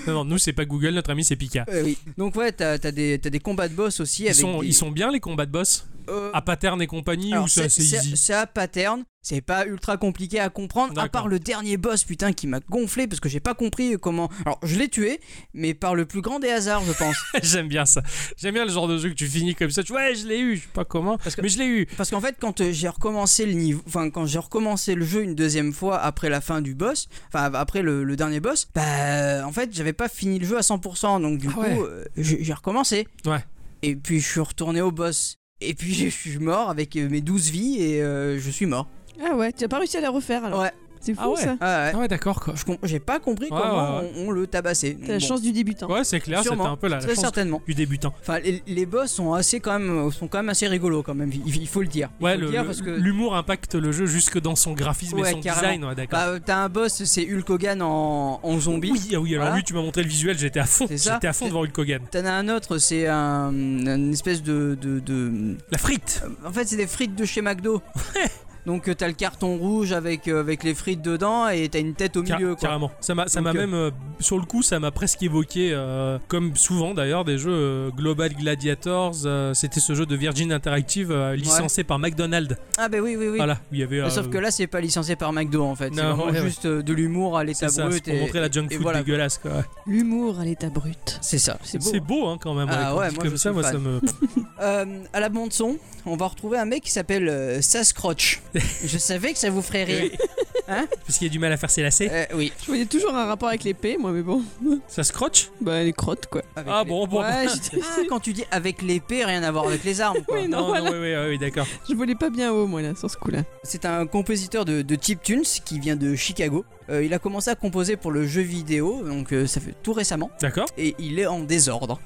Non, non, nous, c'est pas Google, notre ami, c'est Pika.
Euh, oui. Donc ouais, t'as as des, t'as des combats de boss aussi.
Ils
avec
sont,
des-
ils sont bien, les combats de boss
euh,
À pattern et compagnie,
alors,
ou ça, c'est easy
c'est à pattern. C'est pas ultra compliqué à comprendre, à
D'accord.
part le dernier boss putain qui m'a gonflé parce que j'ai pas compris comment. Alors je l'ai tué, mais par le plus grand des hasards je pense.
J'aime bien ça. J'aime bien le genre de jeu que tu finis comme ça. Tu vois, ouais, je l'ai eu, je sais pas comment,
Parce que-
mais je l'ai eu.
Parce qu'en fait, quand euh, j'ai recommencé le niveau, enfin quand j'ai recommencé le jeu une deuxième fois après la fin du boss, enfin après le, le dernier boss, bah euh, en fait j'avais pas fini le jeu à 100%, donc du
Ah
coup
ouais.
euh, j'ai j'ai recommencé.
Ouais.
Et puis je suis retourné au boss. Et puis je suis mort avec euh, mes 12 vies et euh, je suis mort.
Ah ouais, tu as pas réussi à la refaire alors.
Ouais.
C'est fou
Ah ouais.
ça.
Ah ouais.
Ah ouais, d'accord, quoi.
Je com- J'ai pas compris
Ouais,
comment
ouais, ouais.
On, on le tabassait.
T'as la
Bon,
chance du débutant.
Ouais, c'est clair, c'était
sûrement,
un peu la, la
Très
chance
certainement.
du débutant.
Enfin, les, les boss sont assez quand même, euh, sont quand même assez rigolos quand même. Il, il faut le dire. Il
Ouais,
faut
le-
dire parce que
le- l'humour impacte le jeu jusque dans son graphisme et
Ouais,
son
carrément.
design, ouais, d'accord.
Bah, euh, t'as un boss, c'est Hulk Hogan en, en zombie.
Oui, ah oui, alors
Voilà.
lui, tu m'as montré le visuel, j'étais à fond.
C'est ça.
J'étais à fond devant Hulk Hogan.
T'en as un autre, c'est un, une espèce de, de, de-
La frite
En fait, c'est des frites de chez McDo. Donc, euh, t'as le carton rouge avec, euh, avec les frites dedans et t'as une tête au
Car-
milieu. Quoi.
Carrément. Ça m'a, ça
Donc,
m'a
euh,
même, euh, sur le coup, ça m'a presque évoqué, euh, comme souvent d'ailleurs, des jeux euh, Global Gladiators. euh, c'était ce jeu de Virgin Interactive euh, licencé par McDonald's.
Ah, bah oui, oui, oui.
Voilà, où il y avait. euh,
Sauf que là, c'est pas licencié par McDo en fait. C'est
Non,
vraiment
ouais, ouais.
juste euh, de l'humour à l'état
c'est ça, c'est
brut.
pour
et-
montrer la junk
et
food
voilà.
dégueulasse. quoi.
L'humour à l'état brut.
C'est ça.
C'est beau.
C'est beau hein, quand même.
Ah
quand
ouais,
dit
moi,
comme
je
ça,
suis
moi
fan.
ça me.
Euh, à la bande son, on va retrouver un mec qui s'appelle euh, Sasquatch. Je savais que ça vous ferait rire.
Parce qu'il Hein y a du mal à faire ses lacets.
Euh, oui.
Je voyais toujours un rapport avec l'épée, moi, mais bon.
Ça scrotche
Bah, les crottes, quoi.
Avec
Ah
les-
bon, bon.
ouais,
bon.
j'étais-
Ah, quand tu dis avec l'épée, rien à voir avec les armes. Quoi.
Oui, non,
Ah, Non, non,
voilà.
oui, oui, oui, d'accord.
Je volais pas bien haut, moi, là, sur ce coup-là.
C'est un compositeur de, de chiptunes qui vient de Chicago. Euh, il a commencé à composer pour le jeu vidéo, donc euh, ça fait tout récemment,
D'accord.
et il est en désordre.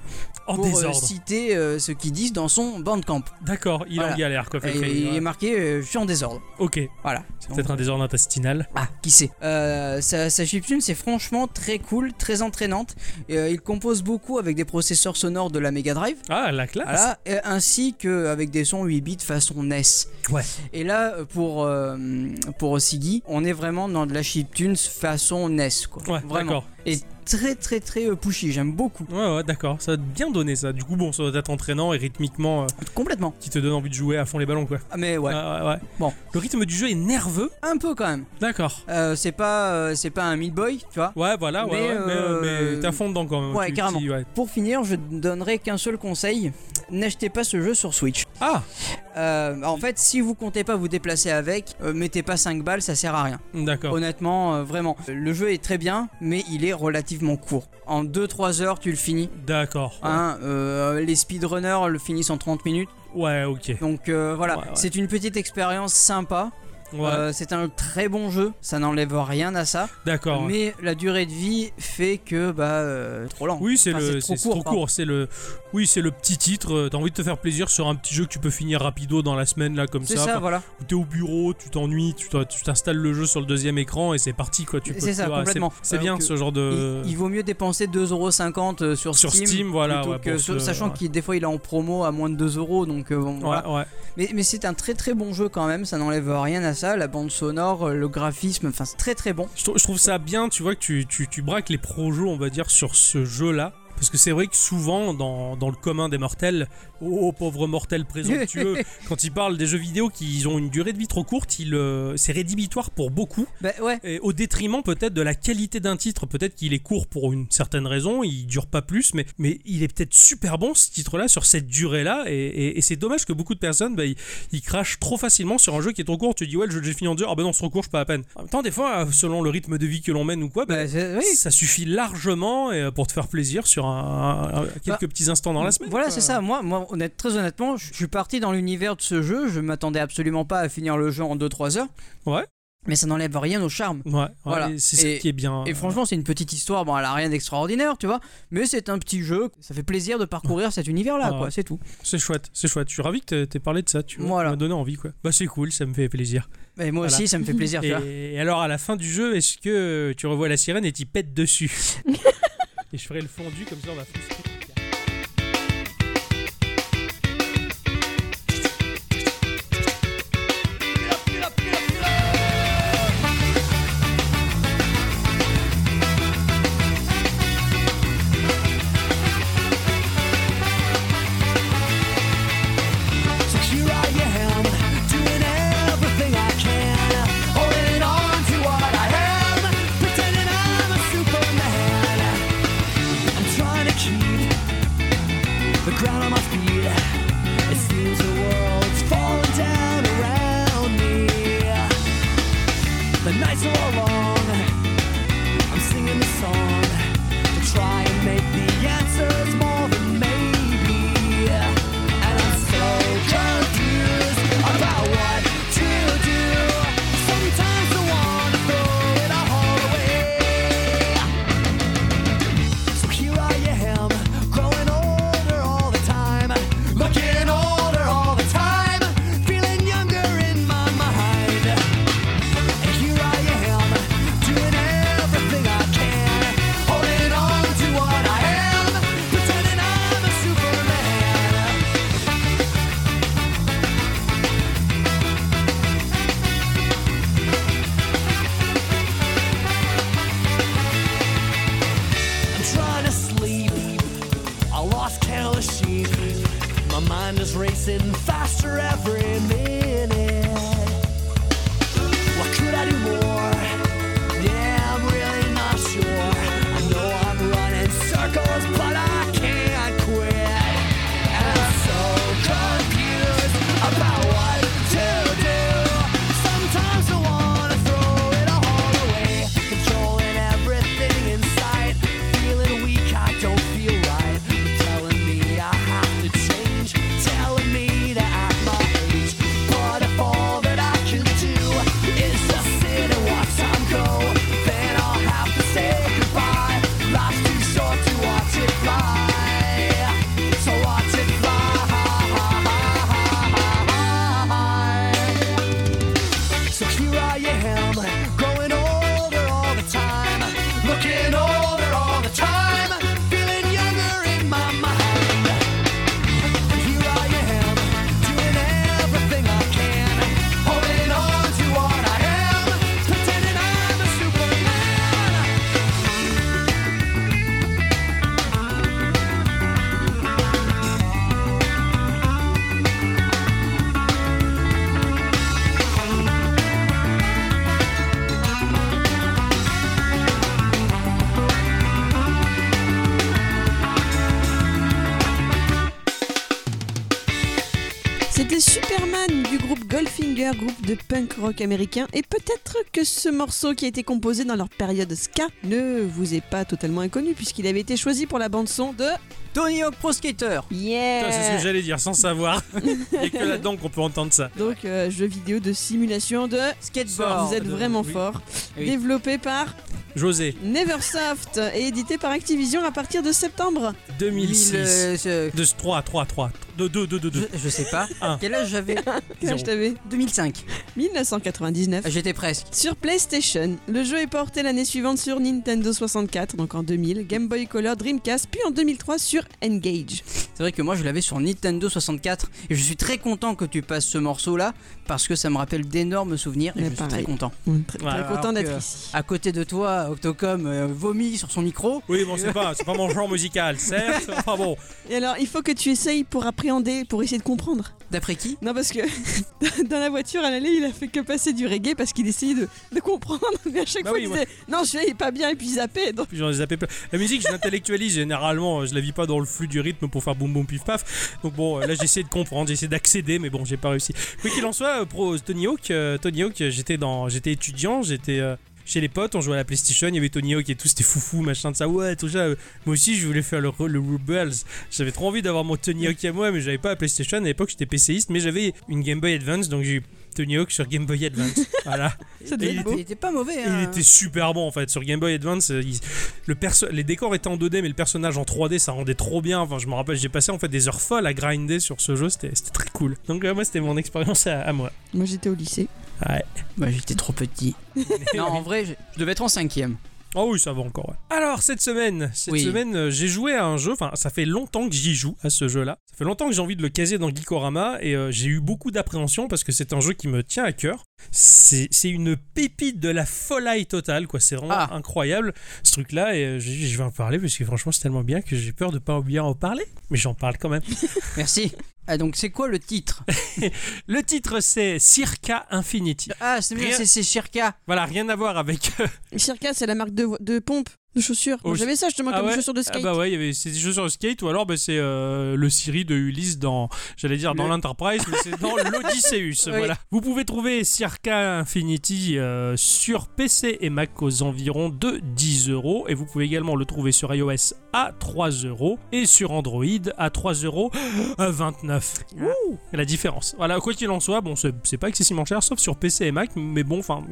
En
pour euh,
désordre.
citer euh, ce qu'ils disent dans son bandcamp.
D'accord, il est en
Voilà.
galère quoi. fait
Et
que-
il est marqué euh, Je suis en désordre.
Ok,
Voilà.
c'est peut-être un désordre intestinal.
Ah, qui sait Euh, Sa, sa chiptune, c'est franchement très cool, très entraînante. Et, euh, il compose beaucoup avec des processeurs sonores de la Mega Drive.
Ah, la classe.
Voilà, et ainsi qu'avec des sons 8 bits façon E NES.
Ouais.
euh, Et là, pour, euh, pour Siggy, on est vraiment dans de la chiptune Legends façon NES, quoi.
Ouais,
Vraiment.
d'accord.
Et très, très, très euh, pushy, j'aime beaucoup.
Ouais, ouais, d'accord. Ça va bien donner ça. Du coup, bon, ça doit être entraînant et rythmiquement euh,
Complètement.
qui te donne envie de jouer à fond les ballons, quoi.
Ah, Mais ouais,
Ah, ouais, ouais.
Bon.
Le rythme du jeu est nerveux.
un peu quand même.
D'accord.
Euh, c'est pas, euh, c'est pas un Meat Boy, tu vois.
Ouais, voilà, ouais,
Mais,
ouais, mais,
euh,
euh, mais t'as fond dedans quand même.
ouais,
Tu-
carrément.
tu- ouais.
Pour finir, je ne donnerai qu'un seul conseil n'achetez pas ce jeu sur Switch.
Ah,
Euh, en fait, si vous comptez pas vous déplacer avec, euh, mettez pas 5 balles, ça sert à rien.
d'accord.
Honnêtement, euh, vraiment. Le jeu est très bien, mais il est relativement court. En 2-3 heures, tu le finis.
D'accord.
Hein, euh, les speedrunners le finissent en 30 minutes.
Ouais, ok.
Donc euh, voilà,
Ouais, ouais.
c'est une petite expérience sympa.
Ouais,
Euh, c'est un très bon jeu, ça n'enlève rien à ça.
d'accord.
Mais la durée de vie fait que bah euh, trop lent.
Oui, c'est
Enfin,
le, c'est c'est trop
pardon.
court. C'est le, oui, c'est le petit titre. euh, T'as envie de te faire plaisir sur un petit jeu que tu peux finir rapido dans la semaine là, comme
hein. C'est
ça.
ça,
Enfin,
voilà.
où T'es au bureau, tu t'ennuies, tu t'in- tu t'installes le jeu sur le deuxième écran et c'est parti quoi. Tu peux.
C'est ça,
tu vois,
complètement.
C'est
Alors
bien
que
ce genre de.
Il, il vaut mieux dépenser 2,50€ euh, sur,
Euh, Sur
Steam,
Steam, voilà,
plutôt
ouais,
que
pour
sur-
se-
sachant
ouais.
qu'il des fois il est en promo à moins de 2€, donc euh, bon,
Ouais,
voilà.
ouais.
Mais, mais c'est un très très bon jeu quand même, ça n'enlève rien à ça. La bande sonore, euh, le graphisme, enfin c'est très très bon.
Je, trou- je trouve ça bien, tu vois, que tu, tu, tu braques les projets, on va dire, sur ce jeu-là. Parce que c'est vrai que souvent, dans, dans le commun des mortels, oh, oh, pauvre mortel présomptueux, quand ils parlent des jeux vidéo qui ont une durée de vie trop courte, ils, euh, c'est rédhibitoire pour beaucoup.
Bah ouais.
Et au détriment peut-être de la qualité d'un titre. Peut-être qu'il est court pour une certaine raison, il dure pas plus, mais, mais il est peut-être super bon ce titre-là sur cette durée-là. Et, et- et c'est dommage que beaucoup de personnes, bah, ils, ils crachent trop facilement sur un jeu qui est trop court. Tu dis, ouais, le jeu j'ai fini en deux heures, ah bah non, c'est trop court, je peux à peine. En même temps, des fois, selon le rythme de vie que l'on mène ou quoi, bah,
Bah, c'est- oui.
ça suffit largement et, euh, pour te faire plaisir sur un- un- un- quelques petits instants dans la semaine.
Bah, Voilà,
quoi.
c'est ça. Moi, moi honnête, très honnêtement, je je suis parti dans l'univers de ce jeu. Je m'attendais absolument pas à finir le jeu en 2-3 heures.
Ouais.
Mais ça n'enlève rien au charme.
Ouais, ouais,
Voilà.
et c'est ça
Et-
qui est bien.
Et franchement, c'est une petite histoire. Bon, elle a rien d'extraordinaire, tu vois. Mais c'est un petit jeu. Ça fait plaisir de parcourir cet univers-là,
Ah.
quoi. C'est tout.
c'est chouette, c'est chouette. Je suis ravi que t'aies- t'aies parlé de ça, tu vois.
Voilà.
Ça m'a donné envie, quoi. Bah, c'est cool, ça me fait plaisir.
Et moi
Voilà.
aussi, ça me fait plaisir, tu vois.
Et alors à la fin du jeu, est-ce que tu revois la sirène et t'y pètes dessus Et je ferai le fondu comme ça on va frustrer.
Euh.
So here I am, doing everything I can, holding on to what I am, pretending I'm a superman. I'm trying to keep
groupe Goldfinger, groupe de punk rock américain, et peut-être que ce morceau qui a été composé dans leur période ska ne vous est pas totalement inconnu puisqu'il avait été choisi pour la bande son de
Tony Hawk Pro Skater.
Yeah.
Putain, C'est ce que j'allais dire, sans savoir. Il n'y a que là-dedans qu'on peut entendre ça.
Donc euh, jeu vidéo de simulation de
Skateboard.
vous êtes
de-
vraiment
oui.
fort.
Oui.
Développé par
José,
Neversoft et édité par Activision à partir de septembre.
2006.
Mille, euh, ce-
De 3, 3, 3, 2, 2, 2, 2,
je,
2.
je sais pas.
Un.
Quel âge j'avais
Quel âge
Zéro.
t'avais
2005.
1999.
Ah, J'étais presque.
Sur PlayStation, le jeu est porté l'année suivante sur Nintendo 64, donc en 2000, Game Boy Color, Dreamcast, puis en 2003 sur Engage.
C'est vrai que moi je l'avais sur Nintendo 64 et je suis très content que tu passes ce morceau là parce que ça me rappelle d'énormes souvenirs et
Mais
je suis
pareil.
très content.
Très,
Ouais,
très
alors
content d'être
que-
ici.
À côté de toi, Octocom euh, vomit sur son micro.
Oui, bon, c'est pas, c'est pas mon genre musical, certes. Enfin bon,
Et alors, il faut que tu essayes pour appréhender, pour essayer de comprendre.
D'après qui
Non, parce que dans la voiture, à l'aller, il a fait que passer du reggae parce qu'il essayait de, de comprendre. Mais à chaque
Bah
fois,
oui,
il
moi-
disait Non, celui-là, il est pas bien, et puis il zappait. Donc,
puis j'en ai zappé plein. La musique, je l'intellectualise généralement. Je la vis pas dans le flux du rythme pour faire boum boum pif paf. Donc bon, euh, là, j'ai essayé de comprendre, j'ai essayé d'accéder, mais bon, j'ai pas réussi. Quoi qu'il en soit, euh, pro Tony Hawk, euh, Tony Hawk, euh, j'étais dans, j'étais étudiant, j'étais. euh, chez les potes, on jouait à la PlayStation, il y avait Tony Hawk et tout, c'était foufou, machin de ça. Ouais, tout ça. euh, Moi aussi, je voulais faire le, re- le Rebels. J'avais trop envie d'avoir mon Tony Hawk à moi, mais j'avais pas la PlayStation. À l'époque, j'étais PCiste, mais j'avais une Game Boy Advance, donc j'ai eu Tony Hawk sur Game Boy Advance. voilà.
ça
Et
devait
il
être
Il
beau.
était pas mauvais.
Il
hein.
était super bon en fait sur Game Boy Advance. euh, il- le perso- les décors étaient en 2D, mais le personnage en 3D, ça rendait trop bien. Enfin, je me rappelle, j'ai passé en fait des heures folles à grinder sur ce jeu. C'était c'était très cool. Donc euh, moi, c'était mon expérience à, à moi.
Moi, j'étais au lycée.
Bah, j'étais trop petit. non, en vrai, je, je devais être en cinquième.
Oh oui, ça va encore. ouais. Alors cette semaine, cette
Oui.
semaine, euh, j'ai joué à un jeu. Enfin, ça fait longtemps que j'y joue à ce jeu-là. Ça fait longtemps que j'ai envie de le caser dans Geekorama et euh, j'ai eu beaucoup d'appréhension parce que c'est un jeu qui me tient à cœur. C'est c'est une pépite de la folie totale, quoi. C'est vraiment
Ah.
incroyable ce truc-là et euh, je je vais en parler parce que franchement, c'est tellement bien que j'ai peur de pas bien en parler, mais j'en parle quand même.
Merci. Ah, donc c'est quoi le titre
Le titre, c'est Circa Infinity.
Ah, c'est bien,
Rien-
c'est- c'est Shirka.
Voilà, rien à voir avec. euh,
Circa, c'est la marque de, de pompe, de chaussures.
Oh,
Moi, J'avais ça justement
ah
comme
ouais,
chaussures de skate.
Ah bah ouais, il y avait c'est des jeux sur le skate ou alors bah, c'est euh, le Siri de Ulysse dans, j'allais dire dans
Le-
l'Enterprise, mais c'est dans l'Odysseus.
Oui.
Voilà. Vous pouvez trouver Circa Infinity euh, sur PC et Mac aux environs de 10 euros et vous pouvez également le trouver sur iOS à 3 euros et sur Android à 3 euros à 29. Ouh, la différence. Voilà, quoi qu'il en soit, bon, c'est c'est pas excessivement cher sauf sur PC et Mac, mais bon, enfin,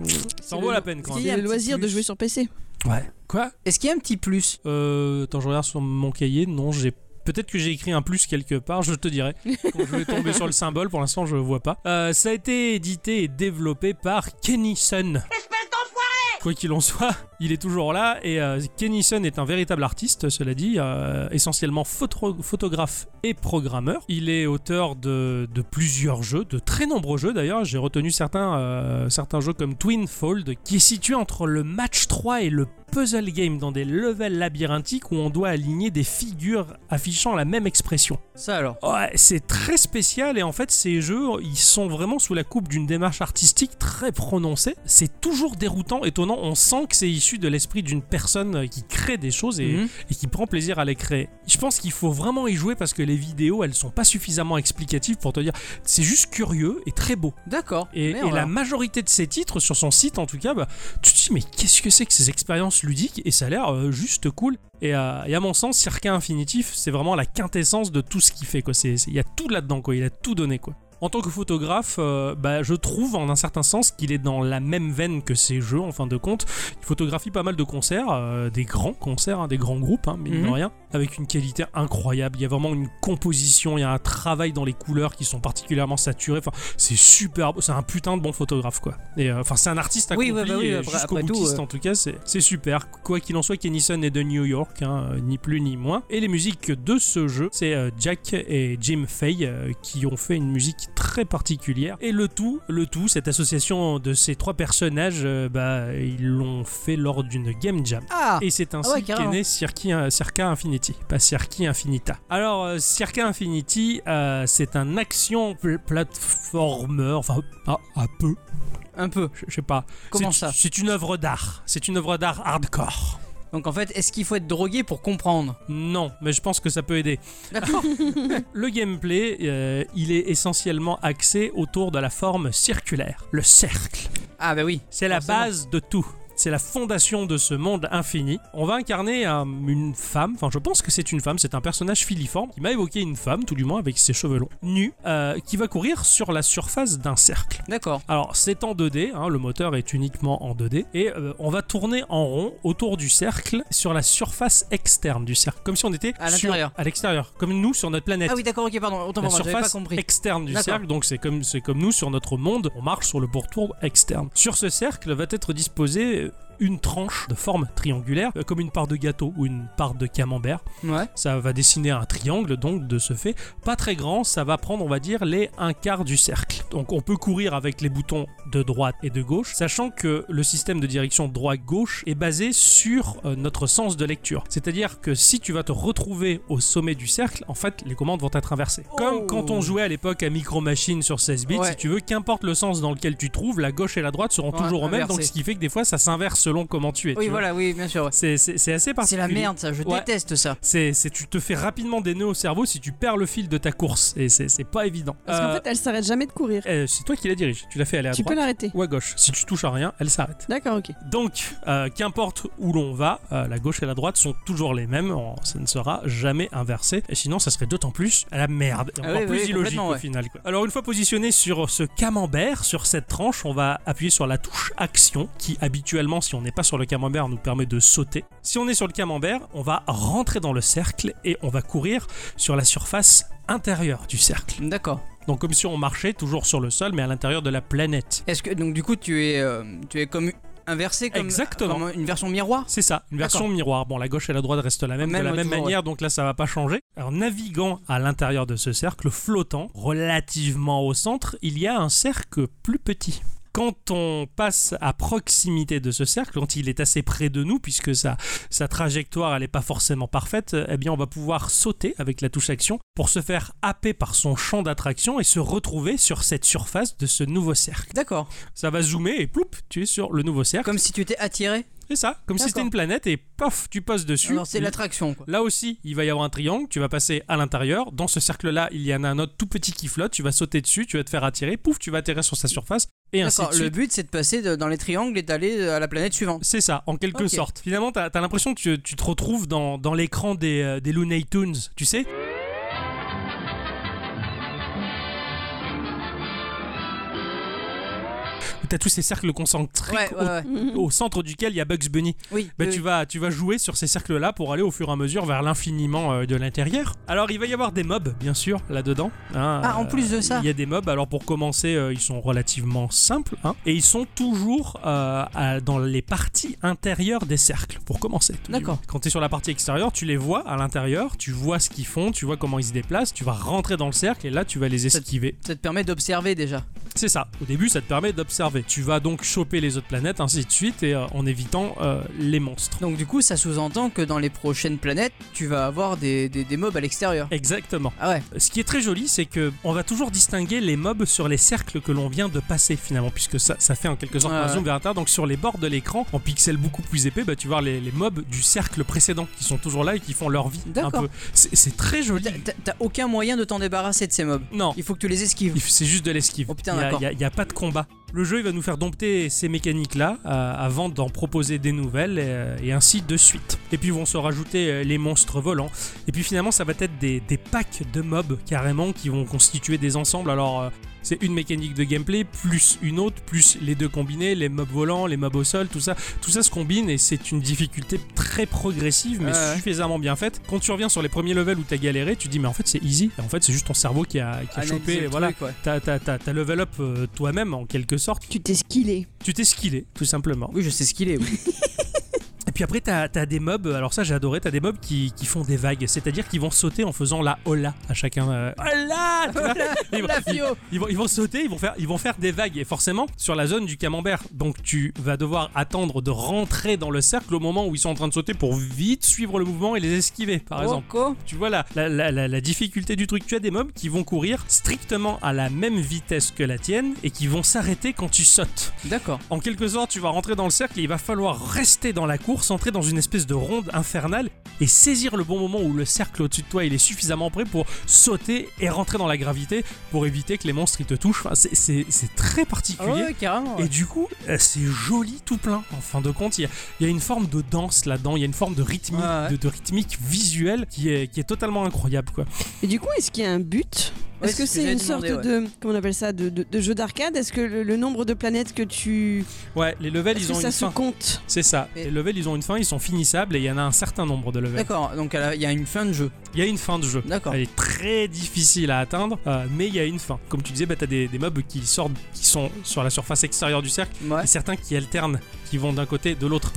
ça en
le-
vaut la peine quand
Il
Il
y
y
a
a
un
le
petit
loisir de
plus.
jouer sur PC.
même. Ouais. Quoi
Est-ce qu'il y a un petit plus
euh, attends, je regarde sur mon cahier. Non, j'ai. Peut-être que j'ai écrit un plus quelque part, je te dirai. Quand je vais tomber sur le symbole, pour l'instant je vois pas. Euh, ça a été édité et développé par Kennison. Quoi qu'il en soit, il est toujours là et euh, Kennison est un véritable artiste, cela dit, euh, essentiellement photo- photographe et programmeur. Il est auteur de, de plusieurs jeux, de très nombreux jeux d'ailleurs. J'ai retenu certains, euh, certains jeux comme Twinfold, qui est situé entre le match 3 et le puzzle game dans des levels labyrinthiques où on doit aligner des figures affichant la même expression.
Ça alors.
Ouais, c'est très spécial et en fait ces jeux, ils sont vraiment sous la coupe d'une démarche artistique très prononcée. C'est toujours déroutant, étonnant, on sent que c'est issu de l'esprit d'une personne qui crée des choses et,
Mhm.
et qui prend plaisir à les créer. Je pense qu'il faut vraiment y jouer parce que les vidéos, elles sont pas suffisamment explicatives pour te dire c'est juste curieux et très beau.
D'accord.
Et,
Merde,
et la
alors.
majorité de ces titres, sur son site en tout cas, bah, tu te dis mais qu'est-ce que c'est que ces expériences ludiques Et ça a l'air euh, juste cool. Et, euh, et à mon sens, Circa Infinitif, c'est vraiment la quintessence de tout ce qu'il fait. quoi. C'est- c'est- Il y a tout là-dedans, quoi. il a tout donné. quoi. En tant que photographe, euh, bah, je trouve en un certain sens qu'il est dans la même veine que ces jeux, en fin de compte. Il photographie pas mal de concerts, euh, des grands concerts, hein, des grands groupes, hein, mine de
Mhm.
rien, avec une qualité incroyable. Il y a vraiment une composition, il y a un travail dans les couleurs qui sont particulièrement saturées. Enfin, c'est super beau. C'est un putain de bon photographe, quoi. Et euh, enfin, c'est un artiste
Oui,
accompli,
ouais, bah oui,
et
après-
jusqu'au
après tout,
boutiste,
euh.
en tout cas, c'est c'est super. Quoi qu'il en soit, Kennison est de New York, hein, euh, ni plus ni moins. Et les musiques de ce jeu, c'est euh, Jack et Jim Fay euh, qui ont fait une musique très particulière. Et le tout, le tout, cette association de ces trois personnages, euh, bah, ils l'ont fait lors d'une game jam.
Ah
Et c'est ainsi
Ah ouais,
qu'est
carrément.
né Circi- euh, Circa Infinity, pas Circa Infinita. Alors, euh, Circa Infinity, euh, c'est un action pl- platformer, enfin, ah, un peu,
Un peu.
je je sais pas.
Comment
C'est-
ça
C'est une œuvre d'art. C'est une œuvre d'art hardcore.
Donc en fait, est-ce qu'il faut être drogué pour comprendre
Non, mais je pense que ça peut aider.
D'accord.
Le gameplay, euh, il est essentiellement axé autour de la forme circulaire, le cercle.
Ah bah oui.
C'est la
Forcément.
base de tout. C'est la fondation de ce monde infini. On va incarner un- une femme, enfin je pense que c'est une femme, c'est un personnage filiforme qui m'a évoqué une femme, tout du moins avec ses cheveux longs, nue, euh, qui va courir sur la surface d'un cercle.
D'accord.
Alors c'est en 2D, hein, le moteur est uniquement en 2D, et euh, on va tourner en rond autour du cercle sur la surface externe du cercle, comme si on était
À
sur-
l'intérieur.
à l'extérieur, comme nous sur notre planète.
Ah oui, d'accord, ok, pardon, autant
La
pour moi, j'avais pas
surface
compris.
externe du
D'accord.
cercle, donc c'est comme, c'est comme nous sur notre monde, on marche sur le pourtour externe. Sur ce cercle va être disposée euh, une tranche de forme triangulaire, euh, comme une part de gâteau ou une part de camembert.
Ouais.
Ça va dessiner un triangle, donc de ce fait, pas très grand, ça va prendre, on va dire, les un quart du cercle. Donc on peut courir avec les boutons de droite et de gauche, sachant que le système de direction droite-gauche est basé sur euh, notre sens de lecture. C'est-à-dire que si tu vas te retrouver au sommet du cercle, en fait, les commandes vont être inversées. Comme quand on jouait à l'époque à Micro Machine sur 16 bits,
Oh. Ouais.
si tu veux, qu'importe le sens dans lequel tu trouves, la gauche et la droite seront
Ouais,
toujours au même,
inversées.
donc ce qui fait que des fois ça s'inverse selon comment tu es.
Oui,
tu vois.
voilà, oui, bien sûr. ouais.
C'est- C'est c'est assez
C'est
particulier.
la merde, ça, je
Ouais.
déteste ça.
C'est, c'est- tu te fais rapidement des nœuds au cerveau si tu perds le fil de ta course et c'est, c'est pas évident.
Parce qu'en
Euh,
fait, elle s'arrête jamais de courir.
euh, c'est toi qui la dirige. Tu l'as fait aller à
Tu peux
droite
l'arrêter.
ou à gauche. Si tu touches à rien, elle s'arrête.
D'accord, ok.
Donc, euh, qu'importe où l'on va, euh, la gauche et la droite sont toujours les mêmes. on- ça ne sera jamais inversé. Et sinon, ça serait d'autant plus à la merde. Et
Ah
encore
oui,
plus
oui,
illogique
complètement,
au
ouais.
final. quoi. Alors, une fois positionné sur ce camembert, sur cette tranche, on va appuyer sur la touche action, qui habituellement, si on n'est pas sur le camembert, nous permet de sauter. Si on est sur le camembert, on va rentrer dans le cercle et on va courir sur la surface intérieure du cercle.
D'accord.
Donc comme si on marchait toujours sur le sol, mais à l'intérieur de la planète.
Est-ce que donc du coup tu es euh, tu es comme inversé comme
Exactement.
comme une version miroir
C'est ça, une
D'accord.
version miroir. Bon, la gauche et la droite restent la même,
Même,
de la
ouais,
même
toujours,
manière, donc là ça va pas changer. Alors naviguant à l'intérieur de ce cercle, flottant relativement au centre, il y a un cercle plus petit. Quand on passe à proximité de ce cercle, quand il est assez près de nous, puisque sa, sa trajectoire elle n'est pas forcément parfaite, eh bien on va pouvoir sauter avec la touche action pour se faire happer par son champ d'attraction et se retrouver sur cette surface de ce nouveau cercle.
D'accord.
Ça va zoomer et ploup, tu es sur le nouveau cercle.
Comme si tu étais attiré.
C'est ça, comme si
D'accord.
c'était une planète et paf, tu poses dessus.
Alors c'est l'attraction quoi.
Là aussi, il va y avoir un triangle, tu vas passer à l'intérieur. Dans ce cercle-là, il y en a un autre tout petit qui flotte, tu vas sauter dessus, tu vas te faire attirer, pouf, tu vas atterrir sur sa surface, et ainsi de
D'accord.
suite.
Le but c'est de passer de- dans les triangles et d'aller euh, à la planète suivante.
C'est ça, en quelque
Ok.
sorte. Finalement, t'as as, l'impression que tu, tu te retrouves dans, dans l'écran des, euh, des Looney Tunes, tu sais Où T'as tous ces cercles concentriques
Ouais, ouais, ouais.
au- au centre duquel il y a Bugs Bunny.
Oui. Euh,
Bah,
oui,
tu,
oui.
vas, tu vas jouer sur ces cercles-là pour aller au fur et à mesure vers l'infiniment euh, de l'intérieur. Alors, il va y avoir des mobs, bien sûr, là-dedans. hein,
Ah, en plus de ça.
Il y a des mobs. Alors, pour commencer, euh, ils sont relativement simples. hein, et ils sont toujours euh, à- dans les parties intérieures des cercles, pour commencer. tout du
D'accord.
moins. Quand tu es sur la partie extérieure, tu les vois à l'intérieur, tu vois ce qu'ils font, tu vois comment ils se déplacent, tu vas rentrer dans le cercle et là, tu vas les esquiver.
Ça te permet d'observer déjà.
C'est ça. Au début, ça te permet d'observer. Tu vas donc choper les autres planètes, ainsi de suite, et euh, en évitant euh, les monstres.
Donc du coup ça sous-entend que dans les prochaines planètes tu vas avoir des, des, des mobs à l'extérieur.
Exactement.
Ah ouais.
Ce qui est très joli, c'est que on va toujours distinguer les mobs sur les cercles que l'on vient de passer finalement, puisque ça, ça fait en quelque sorte
Ouais,
un
ouais.
zoom vers l'intérieur. Donc sur les bords de l'écran, en pixels beaucoup plus épais, bah, tu vas voir les, les mobs du cercle précédent qui sont toujours là et qui font leur vie. un
D'accord.
peu. C'est c'est très joli.
T'as- t'as- T'as aucun moyen de t'en débarrasser de ces mobs.
Non,
Il faut que tu les esquives.
il- c'est juste de l'esquive.
Oh, putain,
Il y a-
d'accord.
il y a- il n'y a, pas de combat. Le jeu il va nous faire dompter ces mécaniques-là euh, avant d'en proposer des nouvelles euh, et ainsi de suite. Et puis vont se rajouter euh, les monstres volants. Et puis finalement, ça va être des, des packs de mobs carrément qui vont constituer des ensembles. Alors, euh, c'est une mécanique de gameplay plus une autre, plus les deux combinés, les mobs volants, les mobs au sol, tout ça. Tout ça se combine et c'est une difficulté très progressive mais
Ouais, ouais.
suffisamment bien faite. Quand tu reviens sur les premiers levels où t'as galéré, tu te dis mais en fait c'est easy. Et en fait, c'est juste ton cerveau qui a, qui a
Analyser
chopé.
Ah le
Voilà,
truc, ouais.
T'as, t'as- t'as- t'as level up euh, toi-même en quelque sorte.
Tu t'es skillé.
Tu t'es skillé, tout simplement.
Oui je sais ce qu'il est. oui.
Et puis après, t'as, t'as des mobs, alors ça j'ai adoré, t'as des mobs qui, qui font des vagues, c'est-à-dire qu'ils vont sauter en faisant la hola à chacun. euh,
Ah,
hola tu vois Ils vont-
La
ils-
Fio.
Ils vont, ils vont sauter, ils vont, faire, ils vont faire des vagues, et forcément sur la zone du camembert. Donc tu vas devoir attendre de rentrer dans le cercle au moment où ils sont en train de sauter pour vite suivre le mouvement et les esquiver,
Oh.
par exemple.
Rocco.
Tu vois la, la, la- la- la difficulté du truc, tu as des mobs qui vont courir strictement à la même vitesse que la tienne et qui vont s'arrêter quand tu sautes.
D'accord.
En quelques heures, tu vas rentrer dans le cercle et il va falloir rester dans la course s'entrer dans une espèce de ronde infernale et saisir le bon moment où le cercle au-dessus de toi il est suffisamment prêt pour sauter et rentrer dans la gravité pour éviter que les monstres ils te touchent. Enfin, c'est- c'est c'est très
Ah
particulier.
ouais, ouais, carrément. ouais.
Et du coup, euh, c'est joli tout plein. En fin de compte, il y, a- il y a une forme de danse là-dedans, il y a une forme de rythmique,
Ouais, ouais.
de, de rythmique visuelle qui est, qui est totalement incroyable. Quoi.
Et du coup, est-ce qu'il y a un but
Ouais,
Est-ce que
c'est ce que
c'est
j'allais
une sorte
demander,
de comment on appelle ça de, de- de jeu d'arcade Est-ce que le, le nombre de planètes que tu
Ouais, les levels,
est-ce
ils
que
ont
ça
une
se
fin.
compte
C'est ça.
Et-
Les levels, ils ont une fin, ils sont finissables et il y en a un certain nombre de levels.
D'accord, donc à la- il y a une fin de jeu.
Il y a une fin de jeu.
D'accord.
Elle est très difficile à atteindre, euh, mais il y a une fin. Comme tu disais, bah, tu as des, des mobs qui sortent, qui sont sur la surface extérieure du cercle,
Ouais.
et certains qui alternent, qui vont d'un côté, de l'autre.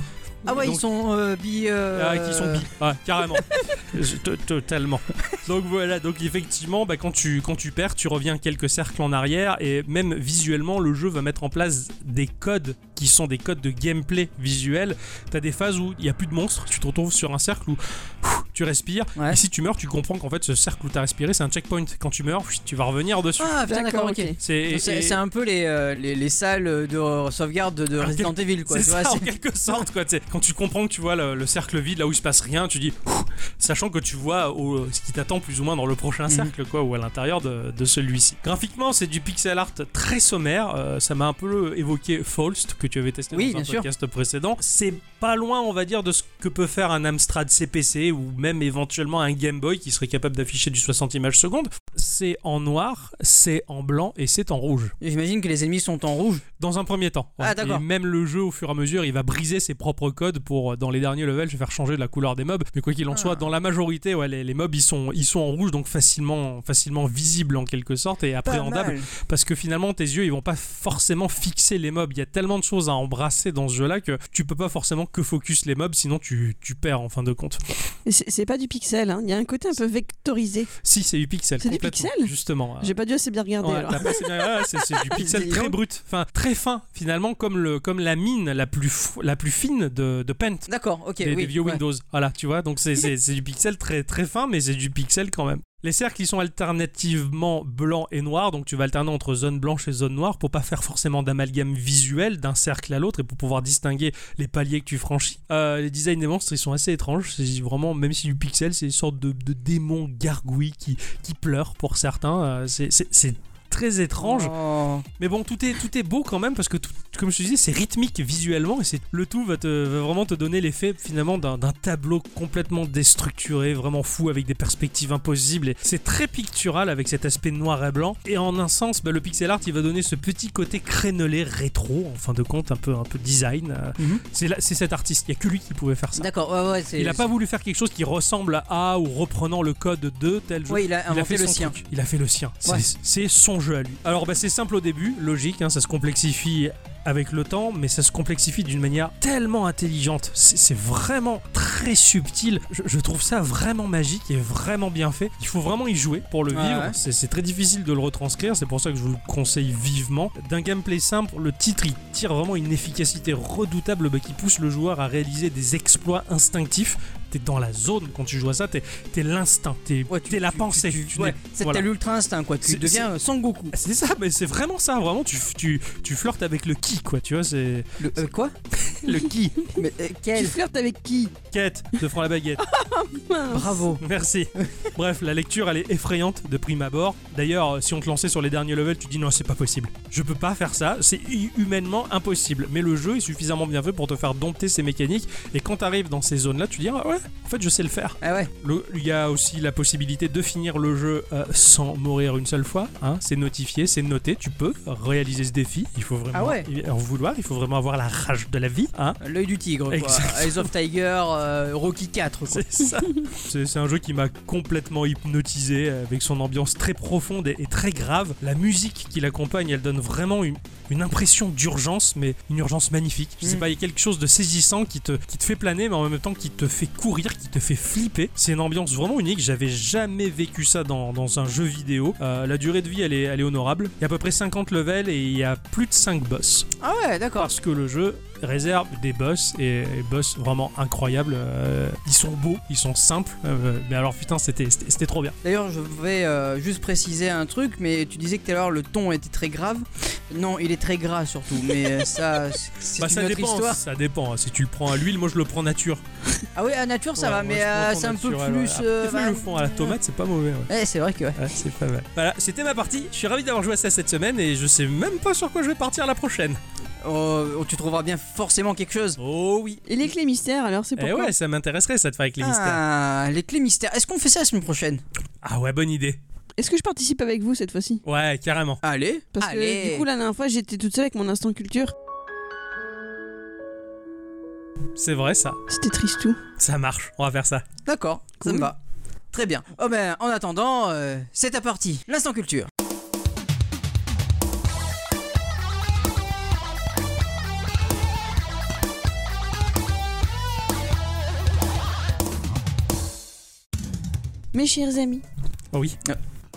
Ah ouais,
Donc-
ils sont euh, bi. euh,
Ah, qui sont bi. Ah, carrément. Je- to- Totalement. Donc voilà, donc effectivement, bah, quand, tu, quand tu perds, tu reviens quelques cercles en arrière et même visuellement, le jeu va mettre en place des codes qui sont des codes de gameplay visuel. T'as des phases où il n'y a plus de monstres, tu te retrouves sur un cercle où pff, tu respires
Ouais.
et si tu meurs, tu comprends qu'en fait ce cercle où t'as respiré, c'est un checkpoint. Quand tu meurs, pff, tu vas revenir dessus.
Ah, putain, d'accord, ok.
C'est
Donc C'est
et-
c'est un peu les, euh, les, les salles de sauvegarde de
Ah,
Resident Evil, quoi.
C'est
tu vois,
ça, en
c'est-
quelque sorte, quoi. tu sais. Quand tu comprends que tu vois le, le cercle vide là où il se passe rien, tu dis, Ouh sachant que tu vois au- ce qui t'attend plus ou moins dans le
Mhm.
prochain cercle, quoi, ou à l'intérieur de, de celui-ci. Graphiquement, c'est du pixel art très sommaire. euh, ça m'a un peu évoqué Faust que tu avais testé
Oui,
dans un
bien sûr.
podcast précédent. C'est pas loin, on va dire, de ce que peut faire un Amstrad CPC ou même éventuellement un Game Boy qui serait capable d'afficher du 60 images secondes. C'est en noir, c'est en blanc et c'est en rouge
J'imagine que les ennemis sont en rouge.
dans un premier temps.
Ah, d'accord.
et même le jeu, au fur et à mesure, il va briser ses propres codes pour, euh, dans les derniers levels, faire changer la couleur des mobs. Mais quoi qu'il en
Ah.
soit, dans la majorité, ouais, les, les mobs, ils sont, ils sont en rouge, donc facilement, facilement visibles en quelque sorte et
Pas
appréhendables.
mal.
Parce que finalement, tes yeux, ils vont pas forcément fixer les mobs. Il y a tellement de choses à embrasser dans ce jeu-là que tu peux pas forcément que focus les mobs, sinon tu, tu perds en fin de compte.
Et C'est c'est pas du pixel, hein. il y a un côté un peu vectorisé.
Si, c'est du pixel.
C'est du
complètement,
pixel
Justement. euh,
J'ai pas dû assez bien regarder
Ah. Ouais,
alors.
t'as pas- c'est bien- ouais, c'est c'est du pixel
Dis
très
donc.
brut, enfin très fin finalement comme le comme la mine la plus fou- la plus fine de, de Paint.
D'accord, ok,
Des,
oui.
des vieux
ouais.
Windows. Voilà, tu vois, donc c'est- c'est c'est du pixel très très fin, mais c'est du pixel quand même. Les cercles, ils sont alternativement blancs et noirs, donc tu vas alterner entre zone blanche et zone noire pour pas faire forcément d'amalgame visuel d'un cercle à l'autre et pour pouvoir distinguer les paliers que tu franchis. Euh, les designs des monstres, ils sont assez étranges. C'est vraiment, même si du pixel, c'est une sorte de, de démon gargouille qui, qui pleure pour certains. Euh, c'est- c'est c'est très étrange.
Oh.
Mais bon, tout est, tout est beau quand même parce que, tout, comme je te disais, c'est rythmique visuellement et c'est le tout va, te, va vraiment te donner l'effet finalement d'un d'un tableau complètement déstructuré, vraiment fou avec des perspectives impossibles. Et C'est très pictural avec cet aspect noir et blanc. Et en un sens, bah, le pixel art il va donner ce petit côté crénelé rétro en fin de compte, un peu, un peu design. Euh,
Mhm.
C'est là- C'est cet artiste, il n'y a que lui qui pouvait faire ça.
D'accord, ouais, ouais. c'est-
Il n'a pas voulu faire quelque chose qui ressemble à ou reprenant le code de tel jeu.
Ouais, il a
Il a
inventé
fait
le
son
sien.
truc. Il a fait le sien. C'est-
Ouais.
C'est son jeu à lui. Alors bah, c'est simple au début, logique, hein, ça se complexifie avec le temps, mais ça se complexifie d'une manière tellement intelligente. C'est c'est vraiment très subtil. Je, je trouve ça vraiment magique et vraiment bien fait. Il faut vraiment y jouer pour le
Ouais,
vivre.
ouais.
C'est c'est très difficile de le retranscrire, c'est pour ça que je vous le conseille vivement. D'un gameplay simple, le titre il tire vraiment une efficacité redoutable bah, qui pousse le joueur à réaliser des exploits instinctifs. T'es dans la zone quand tu joues à ça, t'es t'es l'instinct, t'es
Ouais, tu-
t'es la
tu-
pensée.
tu- tu-
n'es-
ouais, c'est
voilà.
t'as l'ultra instinct, quoi. Tu
C'est-
deviens euh, Son Goku.
C'est ça, mais c'est vraiment ça, vraiment, tu, tu, tu flirtes avec le qui, quoi, tu vois, c'est...
Le, euh, quoi
Le qui
Mais, euh,
Tu
Quel
flirtes avec qui
Quête de Franc la Baguette.
Ah,
Mince.
Bravo.
Merci. Bref, la lecture, elle est effrayante de prime abord. D'ailleurs, euh, si on te lançait sur les derniers levels, tu dis non, c'est pas possible. Je peux pas faire ça, c'est hu- humainement impossible. Mais le jeu est suffisamment bien fait pour te faire dompter ces mécaniques. Et quand t'arrives dans ces zones-là, tu dis ah ouais, en fait, je sais le faire.
Ah ouais.
Le- Il y a aussi la possibilité de finir le jeu euh, sans mourir une seule fois. hein. C'est notifié, c'est noté. Tu peux réaliser ce défi. Il faut vraiment
Ah ouais.
en vouloir. Il faut vraiment avoir la rage de la vie. hein.
L'œil du tigre, quoi.
Exactement.
Eyes of Tiger, euh, Rocky 4, quoi.
C'est ça. C'est c'est un jeu qui m'a complètement hypnotisé euh, avec son ambiance très profonde et, et très grave. La musique qui l'accompagne, elle donne vraiment une, une impression d'urgence, mais une urgence magnifique. Je sais
Mm.
pas, il y a quelque chose de saisissant qui te, qui te fait planer, mais en même temps qui te fait courir, qui te fait flipper. C'est une ambiance vraiment unique. J'avais jamais vécu ça dans, dans un jeu vidéo. Euh, la durée de vie, elle est, elle est honorable. Il y a à peu près 50 levels et il y a plus de 5 boss
Ah ouais, d'accord.
parce que le jeu réserve des boss et, et boss vraiment incroyables. euh, ils sont beaux, ils sont simples, euh, mais alors putain, c'était c'était- c'était trop bien.
D'ailleurs, je vais euh, juste préciser un truc, mais tu disais que tout à l'heure le ton était très grave. Non, il est très gras surtout, mais euh, ça, c'est- c'est
Bah,
une
ça
autre
dépend,
histoire.
ça dépend. Si tu le prends à l'huile, moi je le prends nature.
Ah oui, à nature ça
Ouais,
va,
moi,
mais
je
euh,
prends
c'est un peu
naturel,
plus.
ouais. Après,
euh,
le fond à la tomate, c'est pas mauvais. ouais.
Eh, c'est vrai que ouais.
Ouais, c'est pas mal. Voilà, c'était ma partie. Je suis ravi d'avoir joué à ça cette semaine et je sais même pas sur quoi je vais partir la prochaine.
Oh, tu trouveras bien forcément quelque chose.
Oh oui.
Et les clés mystères, alors c'est
Eh
pourquoi
ouais, ça m'intéresserait ça de faire avec les mystères.
Ah, les clés mystères. Est-ce qu'on fait ça la semaine prochaine
Ah ouais, bonne idée.
Est-ce que je participe avec vous cette fois-ci
Ouais, carrément.
Allez,
Parce
allez.
que du coup, la dernière fois, j'étais toute seule avec mon instant culture.
C'est vrai ça.
C'était triste tout.
Ça marche. On va faire ça.
D'accord, ça
Cool.
me va. Très bien. Oh ben, en attendant, euh, c'est ta partie. L'instant culture.
Mes chers amis,
Oh oui.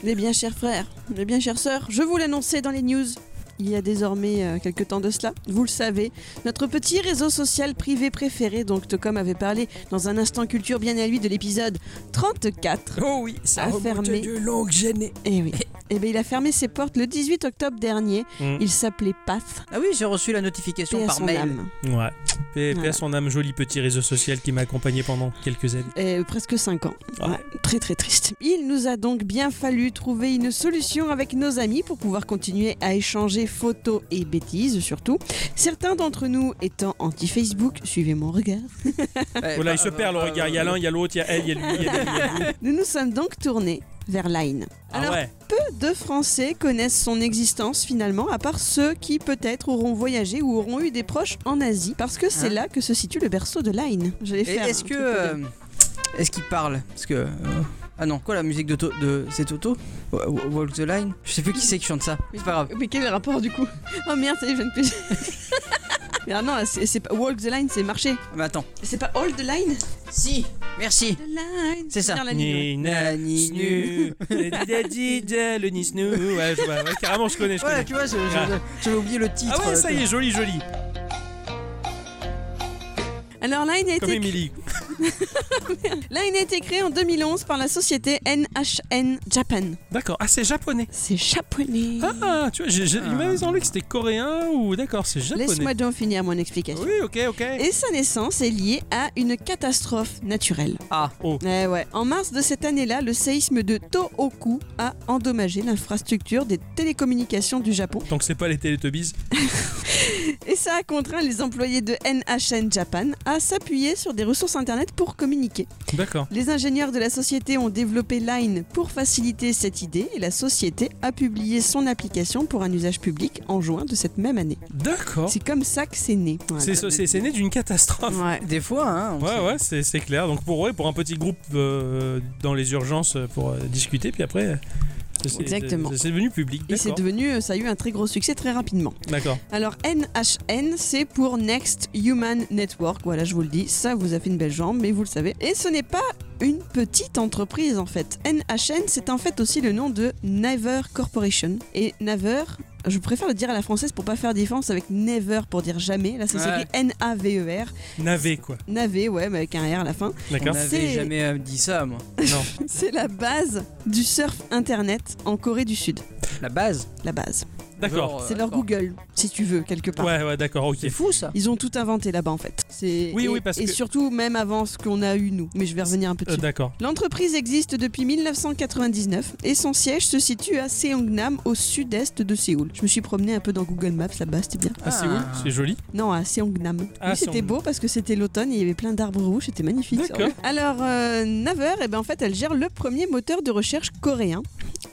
mes bien chers frères, mes bien chères sœurs, je vous l'annonçais dans les news. Il y a désormais euh, quelques temps de cela, vous le savez, notre petit réseau social privé préféré, donc Tocom avait parlé dans un instant culture bien à lui de l'épisode 34.
Oh oui, ça
À
remonte
fermer.
de longue gênée.
Eh oui. Eh bien, il a fermé ses portes le 18 octobre dernier.
Mm.
Il s'appelait Path.
Ah oui, j'ai reçu la
paix
notification
à
par
son
mail.
âme.
Ouais. Paix, paix
Voilà.
à son âme, joli petit réseau social qui m'a accompagné pendant quelques années.
Euh, presque 5 ans.
Ah.
Ouais.
Ouais, très très triste. Il nous a donc bien fallu trouver une solution avec nos amis pour pouvoir continuer à échanger photos et bêtises surtout. Certains d'entre nous étant anti-Facebook, suivez mon regard,
Ouais,
Voilà,
bah,
Oh il se
bah,
perd le
bah,
regard. Il y a
bah,
l'un, il y a l'autre, il y a elle, il y a lui, il y a lui. il y a lui.
nous nous sommes donc tournés vers Line.
Ah
Alors,
ouais.
peu de Français connaissent son existence finalement, à part ceux qui peut-être auront voyagé ou auront eu des proches en Asie, parce que c'est
Hein
là que se situe le berceau de Line. J'allais
Et
faire un
est-ce que
truc de dingue.
euh, est-ce qu'il parle Parce que euh, ah non, quoi la musique de, To- de c'est Toto Wa- Wa- Walk the Line. Je sais plus qui c'est qui chante ça. C'est pas grave.
Mais quel est le rapport du coup Oh merde, ça y est, je viens de piger. Mais ah non, c'est c'est pas Walk the Line, c'est marcher.
Mais attends.
C'est pas Hold the Line
Si, merci.
The Line.
C'est ça.
Bien la ligne, ouais.
Nina,
Nani,
Snu, Dida, Dida, le Nisnu. Ouais, je vois, ouais, carrément, je connais, je
Voilà,
connais.
tu vois, je-
Ah.
je- j'avais oublié le titre.
Ah ouais, ça y est, joli, joli.
Alors Line a,
Comme
été...
Emily.
Line a été créé en 2011 par la société NHN Japan.
D'accord. Ah, c'est japonais.
C'est japonais.
Ah, tu vois, j'ai- j'ai- il m'avait semblé que c'était coréen ou d'accord, c'est
Laisse-moi
japonais.
donc finir mon explication.
Oui, ok, ok.
Et sa naissance est liée à une catastrophe naturelle.
Ah,
Oh.
Eh ouais. En mars de cette année-là, le séisme de Tohoku a endommagé l'infrastructure des télécommunications du Japon.
Tant que c'est pas les Teletubbies.
Et ça a contraint les employés de NHN Japan à s'appuyer sur des ressources internet pour communiquer.
D'accord.
Les ingénieurs de la société ont développé Line pour faciliter cette idée et la société a publié son application pour un usage public en juin de cette même année.
D'accord.
C'est comme ça que c'est né. Voilà.
C'est c'est- c'est né d'une catastrophe.
Ouais.
des fois, hein. on
Ouais,
sait-
ouais, c'est c'est clair. Donc pour eux, pour un petit groupe euh, dans les urgences euh, pour euh, discuter, puis après. euh, c'est-
Exactement.
C'est devenu public.
Et c'est
D'accord.
devenu, euh, ça a eu un très gros succès très rapidement.
D'accord.
Alors NHN, c'est pour Next Human Network. Voilà, je vous le dis, ça vous a fait une belle jambe, mais vous le savez. Et ce n'est pas une petite entreprise en fait. NHN, c'est en fait aussi le nom de Naver Corporation. Et Naver, je préfère le dire à la française pour pas faire différence avec Never pour dire jamais. Là, ça s'écrit N-A-V-E-R.
Navé, quoi.
E Navé, ouais, mais avec un R à la fin.
On
D'accord.
n'avait
C'est-
jamais euh, dit ça, moi.
Non.
C'est la base du surf internet en Corée du Sud.
La base.
La base.
D'accord.
Genre, euh,
C'est leur
d'accord.
Google, si tu veux, quelque part.
Ouais, ouais, d'accord, ok.
C'est fou ça.
Ils ont tout inventé là-bas en fait. C'est-
Oui,
et,
oui, parce
et
que-
surtout même avant ce qu'on a eu nous. Mais je vais revenir un peu
Euh,
dessus.
d'accord.
L'entreprise existe depuis 1999 et son siège se situe à Seongnam au sud-est de Séoul. Je me suis promené un peu dans Google Maps là-bas, c'était bien.
Ah, c'est où
Ah.
C'est joli.
Non, à Seongnam.
Ah,
Oui, c'était
Seongnam.
beau parce que c'était l'automne, et il y avait plein d'arbres rouges, c'était magnifique.
D'accord.
Alors euh, Naver, eh ben, en fait, elle gère le premier moteur de recherche coréen.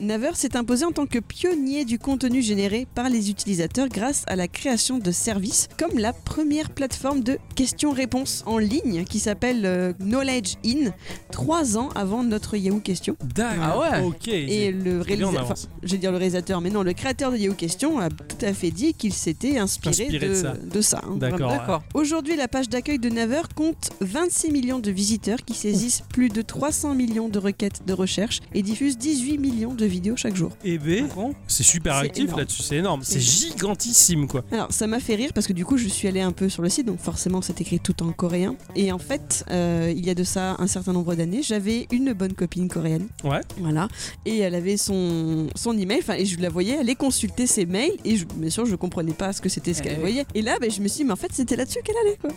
Naver s'est imposé en tant que pionnier du contenu généré par les utilisateurs grâce à la création de services comme la première plateforme de questions-réponses en ligne qui s'appelle euh, Knowledge In, trois ans avant notre Yahoo Question.
D'accord.
Ah ouais.
Ok.
Et le
bien en
réalisateur,
avance.
je vais dire le réalisateur, mais non, le créateur de Yahoo Question a tout à fait dit qu'il s'était inspiré,
Inspiré de ça.
ça, hein,
D'accord.
vraiment.
D'accord.
Aujourd'hui, la page d'accueil de Naver compte 26 millions de visiteurs qui saisissent plus de 300 millions de requêtes de recherche et diffuse 18 millions de vidéo chaque jour.
Et B, Eh ben, c'est super
C'est
actif
énorme.
là-dessus, c'est énorme, c'est
C'est-
gigantissime quoi.
Alors ça m'a fait rire parce que du coup je suis allée un peu sur le site donc forcément c'est écrit tout en coréen et en fait euh, il y a de ça un certain nombre d'années j'avais une bonne copine coréenne
Ouais.
voilà et elle avait son son email enfin et je la voyais aller consulter ses mails et je, bien sûr je comprenais pas ce que c'était ce
Eh
qu'elle
oui.
voyait et là ben, je me suis dit mais en fait c'était là-dessus qu'elle allait quoi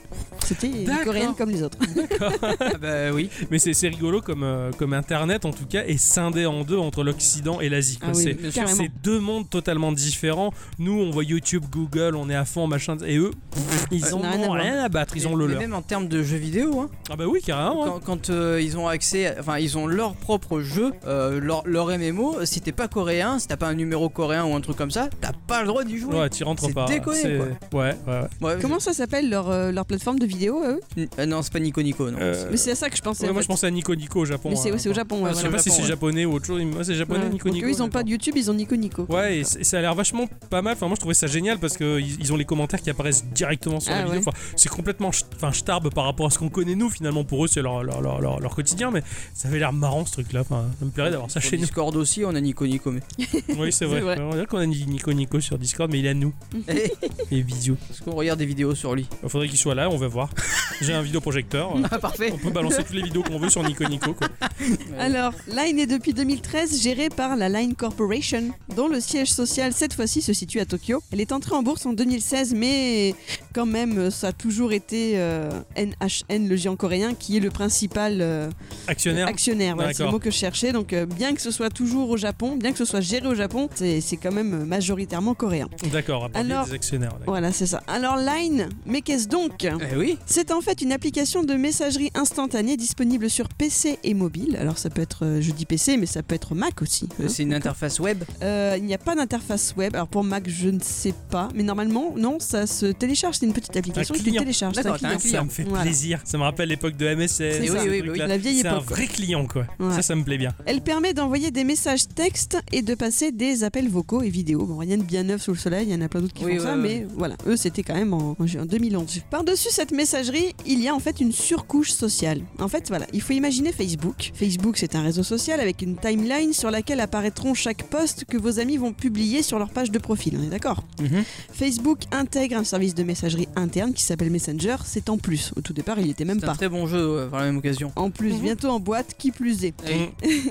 c'était une
D'accord.
coréenne comme les autres
Ah bah oui.
Mais c'est c'est rigolo comme, euh, comme Internet en tout cas est scindé en deux entre l'Occident et l'Asie. quoi.
Ah oui,
c'est
bien sûr,
carrément
c'est deux mondes totalement différents. Nous, on voit YouTube, Google, on est à fond, machin. Et eux, pff, ils
Euh,
en
n'a rien
ont
à voir.
rien à battre, ils ont le
Mais
leur.
Même en termes de jeux vidéo, hein.
Ah bah oui, carrément. hein.
quand, quand, euh, ils ont accès, à- enfin ils ont leur propre jeu, euh, leur, leur MMO. Si t'es pas coréen, si t'as pas un numéro coréen ou un truc comme ça, t'as pas le droit d'y jouer.
Ouais, tu rentres
C'est
pas. hein.
déconné,
C'est-
quoi.
Ouais, ouais, ouais.
Ouais,
comment ça s'appelle leur, euh, leur plateforme de vidéo à eux
Euh, non, c'est pas Nico Nico, non.
Euh,
mais c'est à ça que je pensais
ouais,
en
moi,
fait.
je pensais à Nico Nico au Japon.
mais c'est
hein.
c'est au Japon ouais,
Je
c'est
sais
au
pas
voilà.
si
Japon,
c'est
ouais.
japonais ou autre chose. Moi, c'est japonais,
Ouais.
Nico
Donc,
Nico.
eux, ils ont
au
pas
Japon.
de YouTube ils ont Nico Nico quoi.
Ouais, et c- ça a l'air vachement pas mal. Enfin, moi, je trouvais ça génial parce que ils ils ont les commentaires qui apparaissent directement sur
Ah
la vidéo.
ouais.
Enfin, c'est complètement, ch- enfin, starbe par rapport à ce qu'on connaît nous. Finalement, pour eux, c'est leur, leur, leur, leur- leur quotidien, mais ça avait l'air marrant ce truc-là. Enfin, ça me plairait d'avoir ça
Sur
chez nous.
Discord aussi, on a Nico Nico. Mais...
Oui, c'est vrai.
C'est vrai.
On dirait qu'on a dit Nico Nico sur Discord, mais il est à nous.
Parce
Et bisous.
qu'on regarde des vidéos sur lui.
Il faudrait qu'il soit là, on va voir. J'ai un vidéoprojecteur.
Ah parfait.
On peut balancer toutes les vidéos qu'on veut sur Nico Nico. Quoi.
Alors, Line est depuis 2013 gérée par la Line Corporation, dont le siège social cette fois-ci se situe à Tokyo. Elle est entrée en bourse en 2016, mais quand même, euh, ça a toujours été euh, NHN, le géant coréen, qui est le principal euh,
Actionnaire.
actionnaire. Voilà, c'est le
D'accord.
mot que je cherchais. Donc, euh, bien que ce soit toujours au Japon, bien que ce soit géré au Japon, c'est c'est quand même majoritairement coréen.
D'accord, à part
Alors-
des actionnaires. d'accord.
Voilà, c'est ça. Alors, Line, mais qu'est-ce donc
Eh oui.
c'est en fait une application de messagerie instantanée disponible sur PC et mobile. Alors ça peut être, euh, je dis PC, mais ça peut être Mac aussi. hein.
C'est une interface web.
Euh, il n'y a pas d'interface web. Alors pour Mac, je ne sais pas, mais normalement, non, ça se télécharge. C'est une petite application qui
client.
télécharge.
D'accord,
c'est un
t'as un
client.
Ça me fait
Voilà.
plaisir. Ça me rappelle l'époque de MSN.
C'est
ces
ça.
Oui, oui,
trucs-là.
oui. La vieille
C'est un
époque, quoi.
vrai client, quoi.
Ouais.
Ça, ça me plaît bien.
Elle permet d'envoyer des messages textes et de passer des appels vocaux et vidéos. Bon, rien de bien neuf sous le soleil, il y en a plein d'autres qui
Oui,
font
ouais,
ça,
ouais.
mais voilà, eux c'était quand même en, en- en 2011. Par-dessus cette messagerie, il y a en fait une surcouche sociale. En fait, voilà, il faut imaginer Facebook. Facebook, c'est un réseau social avec une timeline sur laquelle apparaîtront chaque post que vos amis vont publier sur leur page de profil, on est d'accord
Mhm.
Facebook intègre un service de messagerie interne qui s'appelle Messenger, c'est en plus. Au tout départ, il n'y était même
C'est un
pas.
très bon jeu euh, par la même occasion.
En plus, bientôt en boîte, qui plus est.
Eh,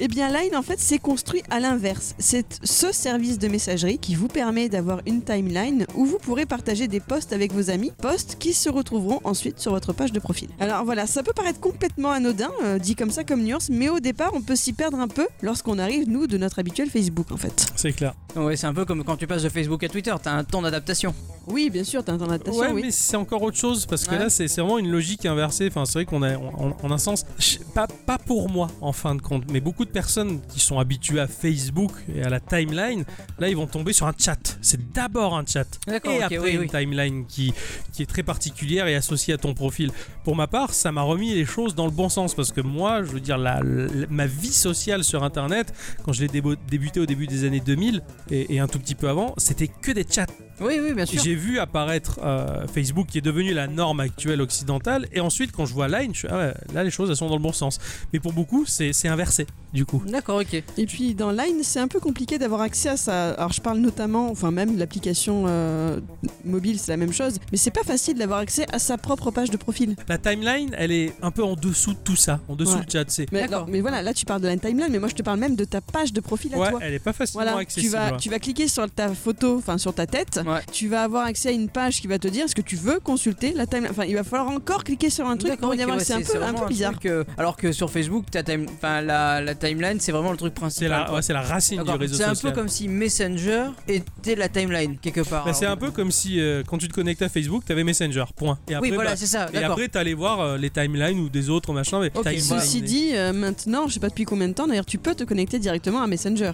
Eh bien, Line, en fait, c'est construit à l'inverse. C'est ce service de messagerie qui vous permet d'avoir une timeline où vous pourrez partager des posts avec vos amis, posts qui se retrouveront ensuite sur votre page de profil. Alors voilà, ça peut paraître complètement anodin, euh, dit comme ça, comme nuance, mais au départ, on peut s'y perdre un peu lorsqu'on arrive, nous, de notre habituel Facebook, en fait.
C'est clair.
Ouais, c'est un peu comme quand tu passes de Facebook à Twitter, t'as un temps d'adaptation.
Oui, bien sûr, t'as un temps d'adaptation,
Ouais,
oui.
mais c'est encore autre chose parce que
Ouais.
là, c'est c'est vraiment une logique inversée. Enfin, c'est vrai qu'on a, on- on- en un sens, je- pas, pas pour moi en fin de compte, mais beaucoup de personnes qui sont habituées à Facebook et à la timeline, là, ils vont tomber sur un chat. C'est d'abord un chat.
D'accord,
et
ok,
après
oui,
une
oui.
timeline qui, qui est très particulière et associée à ton profil. Pour ma part, ça m'a remis les choses dans le bon sens parce que moi, je veux dire, la, la- ma vie sociale sur Internet, quand je l'ai débo- débuté au début des années 2000 et, et un tout petit peu avant, c'était que des chats.
Oui, oui, bien sûr.
J'ai vu apparaître euh, Facebook qui est devenu la norme actuelle occidentale et ensuite quand je vois Line, je suis, ah ouais, là les choses elles sont dans le bon sens. Mais pour beaucoup c'est c'est inversé du coup.
D'accord, ok.
Et puis dans Line, c'est un peu compliqué d'avoir accès à ça. Alors je parle notamment, enfin même l'application euh, mobile, c'est la même chose, mais c'est pas facile d'avoir accès à sa propre page de profil.
La timeline elle est un peu en dessous de tout ça, en dessous
Ouais.
du chat c'est.
Mais,
D'accord.
alors- mais voilà, là tu parles de la timeline, mais moi je te parle même de ta page de profil à
Ouais,
toi.
elle est pas facilement
Voilà, tu
accessible. hein.
vas,
ouais.
tu vas cliquer sur ta photo, enfin sur ta tête,
Ouais.
tu vas avoir accès à une page qui va te dire ce que tu veux consulter, la timeline. Enfin, il va falloir encore cliquer sur un truc
D'accord,
pour y
ok,
avoir
ouais,
accès. C'est un peu, un
vraiment
peu bizarre.
truc, euh, alors que sur Facebook, t'as time- enfin, la, la timeline, c'est vraiment le truc
C'est
principal.
la,
quoi.
ouais, c'est la racine du
D'accord,
réseau
C'est un
social.
peu comme si Messenger était la timeline, quelque part.
Bah, c'est
alors.
un peu comme si euh, quand tu te connectais à Facebook, t'avais Messenger, point. Et après,
Oui, voilà,
bah,
c'est ça,
et
d'accord.
après t'allais voir euh, les timelines ou des autres machins. Mais
Ok,
timeline
Ceci
et-
dit, euh, maintenant, je sais pas depuis combien de temps, d'ailleurs, tu peux te connecter directement à Messenger.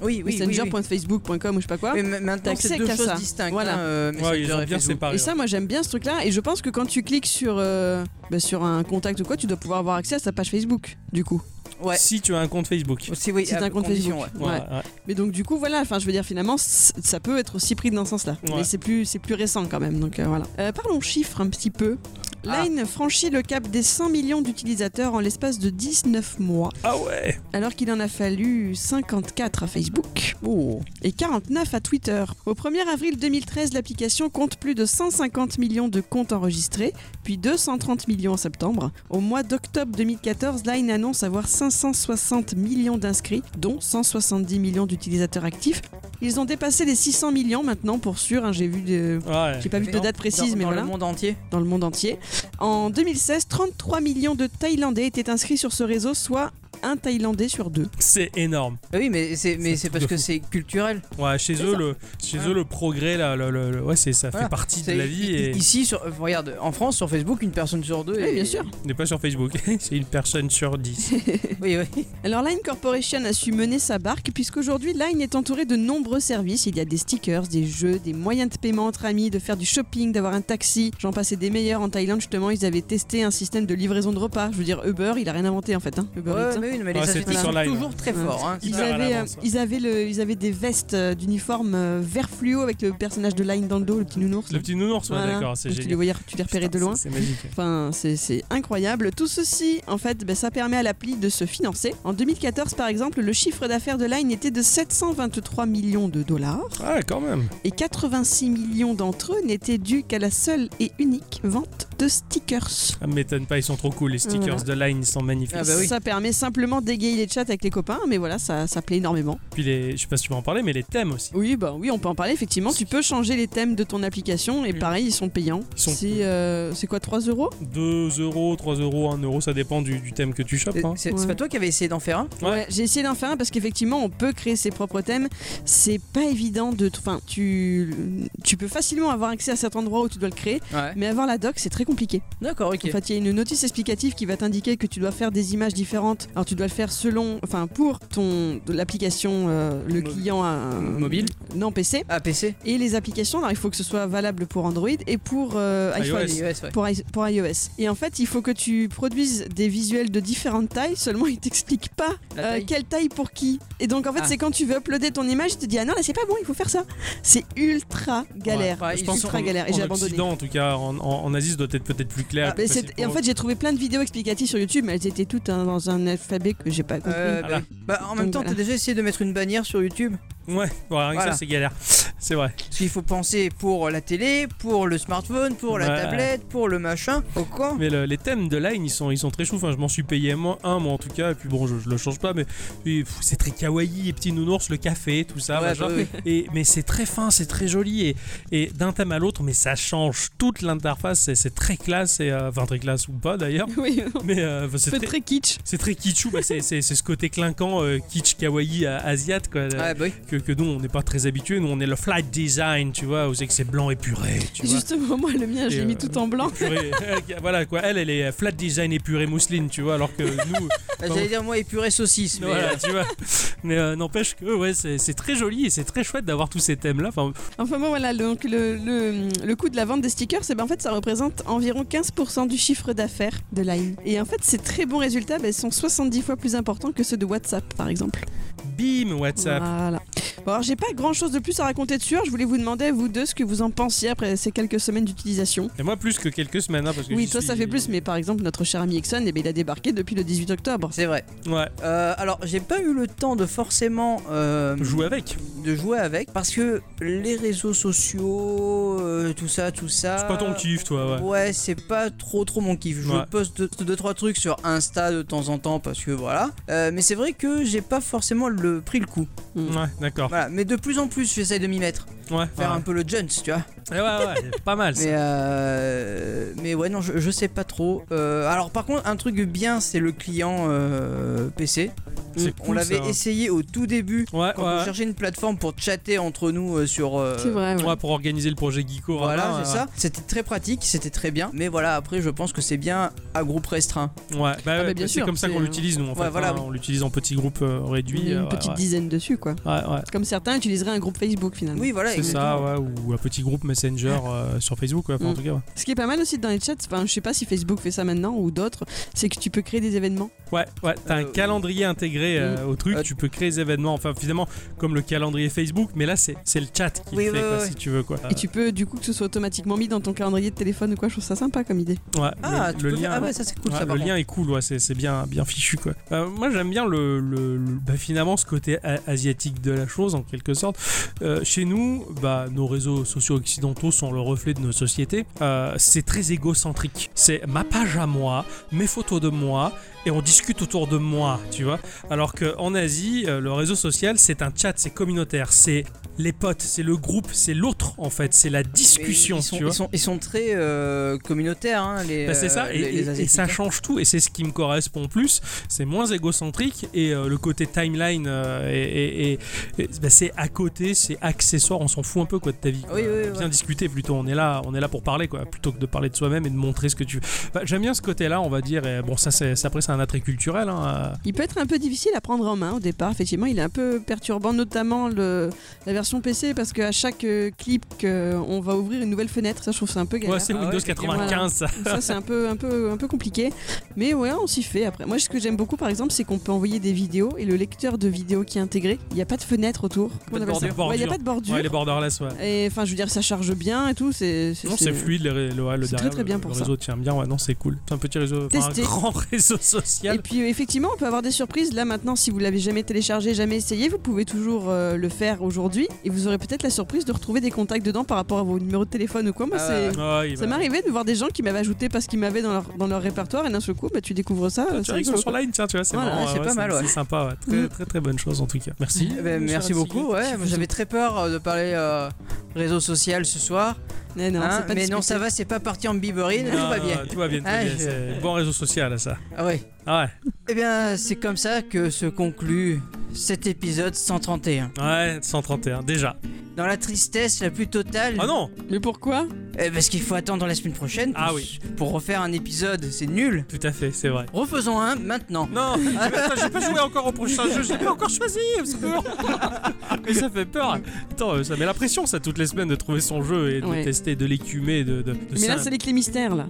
Oui, oui, oui. oui.
Messenger.facebook.com ou je sais pas quoi.
Mais ma- maintenant,
T'as
c'est
accès
deux
qu'à
choses
ça.
distinctes.
Voilà.
hein, euh, Messenger
Ouais, ils ont
et
bien
Facebook.
séparé.
Et ça, moi, j'aime bien ce truc-là. Et je pense que quand tu cliques sur, euh, bah, sur un contact ou quoi, tu dois pouvoir avoir accès à sa page Facebook, du coup.
Ouais.
hein. Si tu as un compte Facebook.
C'est oui,
Si t'as
à
un compte
condition,
Facebook.
ouais.
Ouais.
Voilà, ouais.
Mais donc, du coup, voilà. Enfin, je veux dire, finalement, c- ça peut être aussi pris dans ce sens-là.
Ouais.
Mais c'est plus, c'est plus récent quand même. Donc, euh, voilà. Euh, parlons chiffres un petit peu. Line franchit le cap des 100 millions d'utilisateurs en l'espace de 19 mois,
Ah ouais
alors qu'il en a fallu 54 à Facebook
Oh.
et 49 à Twitter. Au 1er avril 2013, l'application compte plus de 150 millions de comptes enregistrés, puis 230 millions en septembre. Au mois d'octobre 2014, Line annonce avoir 560 millions d'inscrits, dont 170 millions d'utilisateurs actifs. Ils ont dépassé les 600 millions maintenant pour sûr, hein, j'ai vu de...
Ouais.
J'ai pas vu de date précise,
Dans-
mais
dans
voilà
le monde entier.
dans le monde entier. En 2016, 33 millions de Thaïlandais étaient inscrits sur ce réseau, soit un Thaïlandais sur deux.
C'est énorme.
Ah oui, mais c'est mais
C'est
c'est
un truc
parce
de
que
fou.
c'est culturel.
Ouais, chez eux, le, chez eux, le progrès, là, le, le- le- ouais, c'est, ça
Voilà.
fait partie de
C'est-
la
i-
vie
i-
et
Ici, sur, euh, regarde, en France, sur Facebook, une personne sur deux.
Oui,
est-
bien sûr.
on n'est pas sur Facebook. c'est une personne sur dix.
Oui, oui.
Alors Line Corporation a su mener sa barque puisqu'aujourd'hui Line est entourée de nombreux services. Il y a des stickers, des jeux, des moyens de paiement entre amis, de faire du shopping, d'avoir un taxi. J'en passais des meilleurs en Thaïlande justement. Ils avaient testé un système de livraison de repas. Je veux dire Uber, il a rien inventé en fait. Hein. Uber
Ouais,
Eats, hein.
mais oui, mais les
Ouais,
assiettes,
c'était
ils
sur
sont
Line,
toujours très
Ouais.
forts. hein.
Ils
Hyper à
avaient, euh,
l'avance, ouais.
ils, avaient le- ils avaient des vestes euh, d'uniforme euh, vert fluo avec le personnage de Line dans le dos, le petit nounours.
Le petit nounours, ouais,
Voilà.
d'accord, c'est
Donc Tu les,
génial.
voyais, tu les repérais de
Putain,
loin.
C'est, c'est magique.
Enfin, c'est- c'est incroyable. Tout ceci, en fait, ben, ça permet à l'appli de se financer. En 2014, par exemple, le chiffre d'affaires de Line était de 723 millions de dollars
Ah, quand même.
et 86 millions d'entre eux n'étaient dus qu'à la seule et unique vente de stickers.
Ça m'étonne pas, ils sont trop cool. Les stickers de Line, ils sont magnifiques.
Ah bah oui.
Ça permet simplement d'égayer les chats avec les copains, mais voilà, ça, ça plaît énormément.
Puis les, je sais pas si tu vas en parler, mais les thèmes aussi.
Oui, bah oui, on peut en parler, effectivement. Tu peux changer les thèmes de ton application et
Mm.
pareil, ils sont payants.
Ils sont-
C'est euh, c'est quoi, 3 euros
2 euros, 3 euros, 1 euro, ça dépend du, du thème que tu chopes.
C'est
hein.
c'est
Ouais.
pas toi qui avais essayé d'en faire un
Ouais.
Ouais, j'ai essayé d'en faire un parce qu'effectivement, on peut créer ses propres thèmes. C'est pas évident de. Enfin, tu, tu peux facilement avoir accès à cet endroit où tu dois le créer,
Ouais.
mais avoir la doc, c'est très compliqué.
D'accord, ok.
En fait, il y a une notice explicative qui va t'indiquer que tu dois faire des images différentes. Alors, tu dois le faire selon. Enfin, pour ton de l'application, euh, le
Mo-
client a-
mobile
Non, PC.
Ah, PC
Et les applications, alors il faut que ce soit valable pour Android et pour euh, iPhone.
iOS.
iOS, ouais.
Pour, i- pour iOS. Et en fait, il faut que tu produises des visuels de différentes tailles, seulement ils t'expliquent pas
La
euh,
taille.
quelle taille pour qui. Et donc en fait,
Ah.
c'est quand tu veux uploader ton image, tu te dis ah non, là c'est pas bon, il faut faire ça. C'est ultra galère.
Ouais, bah, ouais,
Je
ils
pense
sont
ultra
qu'en-
galère et j'ai
en
abandonné.
Occident, en tout cas, en, en- en Asie, ça doit être peut-être plus clair.
Ah, mais
plus
c'est-
facile
et en
pour
fait,
eux.
j'ai trouvé plein de vidéos explicatives sur YouTube, mais elles étaient toutes hein, dans un alphabet que j'ai pas compris.
Euh,
Voilà.
bah, bah, en même
Donc
temps,
voilà.
t'as déjà essayé de mettre une bannière sur YouTube
ouais, ouais, rien que
Voilà.
ça, c'est galère. C'est vrai.
Parce qu'il faut penser pour la télé, pour le smartphone, pour la
Ouais.
tablette, pour le machin. Au coin.
Mais le- les thèmes de Line, ils sont, ils sont très chou. Enfin, je m'en suis payé moi, un, moi en tout cas. Et puis bon, je, je le change pas, mais et, pff, c'est très kawaii, les petits nounours, le café, tout ça.
Ouais,
machin.
bah oui.
Et, mais c'est très fin, c'est très joli. Et, et d'un thème à l'autre, mais ça change toute l'interface. C'est, c'est très classe, et, euh, enfin très classe ou pas d'ailleurs.
oui,
Mais euh, c'est
c'est
très,
très kitsch.
c'est très kitschou. bah, c'est, c'est- c'est ce côté clinquant, euh, kitsch kawaii euh, asiat, quoi.
Ouais, bah oui.
que, que nous on n'est pas très habitué, nous on est le flight design, tu vois, où c'est que c'est blanc épuré, tu vois.
Justement, moi le mien, je
Et,
l'ai mis
euh,
tout en blanc.
Épuré. voilà quoi, elle elle est flat design épuré mousseline, tu vois, alors que nous,
Ah, J'allais dire, moi, épuré saucisse. Mais,
voilà,
euh,
tu vois. Mais euh, n'empêche que ouais, c'est c'est très joli et c'est très chouette d'avoir tous ces thèmes là. Enfin,
Enfin bon voilà, donc le, le, le coût de la vente des stickers, c'est ben en fait ça représente environ 15% du chiffre d'affaires de Line. Et en fait ces très bons résultats ben, sont 70 fois plus importants que ceux de WhatsApp par exemple.
bim WhatsApp.
Voilà. Bon alors j'ai pas grand chose de plus à raconter dessus, alors je voulais vous demander à vous deux ce que vous en pensiez après ces quelques semaines d'utilisation.
Et moi plus que quelques semaines hein, parce que
Oui
j'y
toi ça
suis-
fait plus, mais par exemple notre cher ami Exxon, eh ben, il a débarqué depuis le 18 octobre.
C'est vrai.
Ouais,
Euh, alors, j'ai pas eu le temps de forcément euh,
joue avec.
de jouer avec parce que les réseaux sociaux, euh, tout ça, tout ça.
C'est pas ton kiff toi,
Ouais,
ouais.
c'est pas trop trop mon kiff. Je
Ouais.
poste 2 deux, trois trucs sur Insta de temps en temps parce que voilà. Euh, mais c'est vrai que j'ai pas forcément le, pris le coup.
Ouais, d'accord.
Voilà. Mais de plus en plus, j'essaye de m'y mettre.
Ouais,
Faire
ouais.
un peu le Jones, tu vois.
Et ouais, ouais, pas mal. ça.
Mais, euh, mais ouais, non, je, je sais pas trop. Euh, alors, par contre, un truc bien, c'est le client euh, PC.
C'est
on
cool,
l'avait
ça.
essayé au tout début
Ouais,
quand on
ouais.
cherchait une plateforme pour chatter entre nous euh, sur. euh,
C'est vrai. ouais.
Ouais, pour organiser le projet Geeko.
Voilà,
vraiment,
c'est
ouais.
ça. C'était très pratique, c'était très bien. Mais voilà, après, je pense que c'est bien à groupe restreint.
Ouais,
Ah,
bah, ouais,
bah, bien
c'est
sûr,
comme ça
c'est-
qu'on l'utilise nous en
Ouais,
fait.
voilà,
hein,
oui.
On l'utilise en petits groupes euh, réduits.
Il y
euh,
a une
ouais,
petite
ouais.
dizaine dessus quoi.
Ouais, ouais.
Comme certains utiliseraient un groupe Facebook finalement.
Oui, voilà.
Mm. C'est ça,
exactement.
ouais, ou un petit groupe Messenger euh, sur Facebook, ouais, enfin, en
Mm.
tout cas. Ouais,
Ce qui est pas mal aussi dans les chats, enfin je sais pas si Facebook fait ça maintenant ou d'autres, c'est que tu peux créer des événements.
ouais, ouais, t'as un
Euh,
calendrier intégré intégré euh, au truc.
Euh,
tu peux créer des événements, enfin finalement comme le calendrier Facebook, mais là c'est c'est le chat qui le
Oui,
fait
oui,
quoi,
oui.
si tu veux quoi.
Et tu peux du coup que ce soit automatiquement mis dans ton calendrier de téléphone ou quoi, je trouve ça sympa comme idée.
Euh, Ouais,
Ah,
le,
tu
le
peux
lien.
faire- ah ouais, ça c'est cool
Ouais,
ça.
le
par contre.
lien est cool, ouais, c'est c'est bien, bien fichu quoi. Euh, moi j'aime bien le, le- le- bah, finalement ce côté a- asiatique de la chose en quelque sorte. Euh, chez nous, bah, nos réseaux sociaux occidentaux sont le reflet de nos sociétés. Euh, c'est très égocentrique. C'est ma page à moi, mes photos de moi, et on discute autour de moi, tu vois. Alors qu'en Asie, euh, le réseau social c'est un chat, c'est communautaire, c'est les potes, c'est le groupe, c'est l'autre en fait, c'est la
Mais
discussion,
Ils sont,
tu vois.
ils sont, ils sont très euh, communautaires, hein, les.
Bah, c'est ça,
euh,
et,
les- les
et- et ça
Asiatiques.
change tout, et c'est ce qui me correspond plus. C'est moins égocentrique, et euh, le côté timeline, euh, et, et- et- et- bah, c'est à côté, c'est accessoire, on s'en fout un peu quoi de ta vie. quoi.
Oui, oui, oui,
bien
ouais.
discuter plutôt, on est là, on est là pour parler quoi, plutôt que de parler de soi-même et de montrer ce que tu. Bah, J'aime bien ce côté-là, on va dire. Et bon, ça, c'est ça, après, c'est un attrait culturel. hein, euh,
Il peut être un peu difficile à prendre en main au départ, effectivement, il est un peu perturbant, notamment le, la version PC, parce qu'à chaque euh, clip, que on va ouvrir une nouvelle fenêtre, ça je trouve ça un peu galère.
Ouais, c'est
Ah ouais,
Windows
effectivement.
95. ça.
ça c'est un peu, un, peu, un peu compliqué, mais ouais, on s'y fait après. Moi, ce que j'aime beaucoup, par exemple, c'est qu'on peut envoyer des vidéos, et le lecteur de vidéos qui est intégré, il n'y a pas de fenêtre autour. Comment on
de
appelle ça
bordure.
Ouais, Il n'y a pas de bordure.
Ouais, les borderless, ouais.
Et enfin, je veux dire, ça charge bien et tout. C'est
Non, c'est fluide, le, le, ouais, le
c'est très,
derrière,
très bien
le-
pour
le
ça.
réseau tient bien, ouais, non, c'est cool. C'est un petit réseau, enfin, un
Testez.
grand réseau
Et
social.
puis euh, effectivement, on peut avoir des surprises. Là maintenant, si vous l'avez jamais téléchargé, jamais essayé, vous pouvez toujours euh, le faire aujourd'hui et vous aurez peut-être la surprise de retrouver des contacts dedans par rapport à vos numéros de téléphone ou quoi. Moi,
Ah,
c'est
Ouais, il
ça
va-
m'est arrivé de voir des gens qui m'avaient ajouté parce qu'ils m'avaient dans leur, dans leur répertoire et d'un seul coup, bah, tu découvres ça.
Ah,
euh,
tu
c'est
vois, ils sont
rigolo,
sur
quoi.
Line, tiens, tu vois, c'est
Voilà,
marrant,
c'est pas mal,
c'est-
ouais.
C'est sympa, ouais. Très,
Mm.
très, très bonne chose en tout cas. Merci.
Eh ben,
Monsieur
merci
Ratzinger,
beaucoup.
qu'est-ce
Ouais,
que
moi,
tu
j'avais très peur euh, de parler euh, réseau social ce soir.
Mais Eh non,
hein,
c'est pas
mais non,
discuté.
ça va, c'est pas parti en
fais
biberine. Tout va
Non,
bien.
Ah, Tout va bien, tout va
Ah,
bien,
je-
c'est Bon réseau social, ça.
Ah ouais.
Ah ouais.
Eh bien, c'est comme ça que se conclut cet épisode 131.
Ouais, 131, déjà.
Dans la tristesse la plus totale.
Ah non
Mais pourquoi
Eh, Parce qu'il faut attendre la semaine prochaine pour,
Ah oui.
pour refaire un épisode, c'est nul.
Tout à fait, c'est vrai.
Refaisons un maintenant.
Non, mais attends, j'ai pas joué encore au prochain jeu, j'ai pas encore choisi, parce que- Mais ça fait peur. Attends, euh, ça met la pression, ça, toutes les semaines, de trouver son jeu et de
Ouais.
tester, de l'écumer, de. de, de
Mais là,
ça.
c'est les clés mystères là.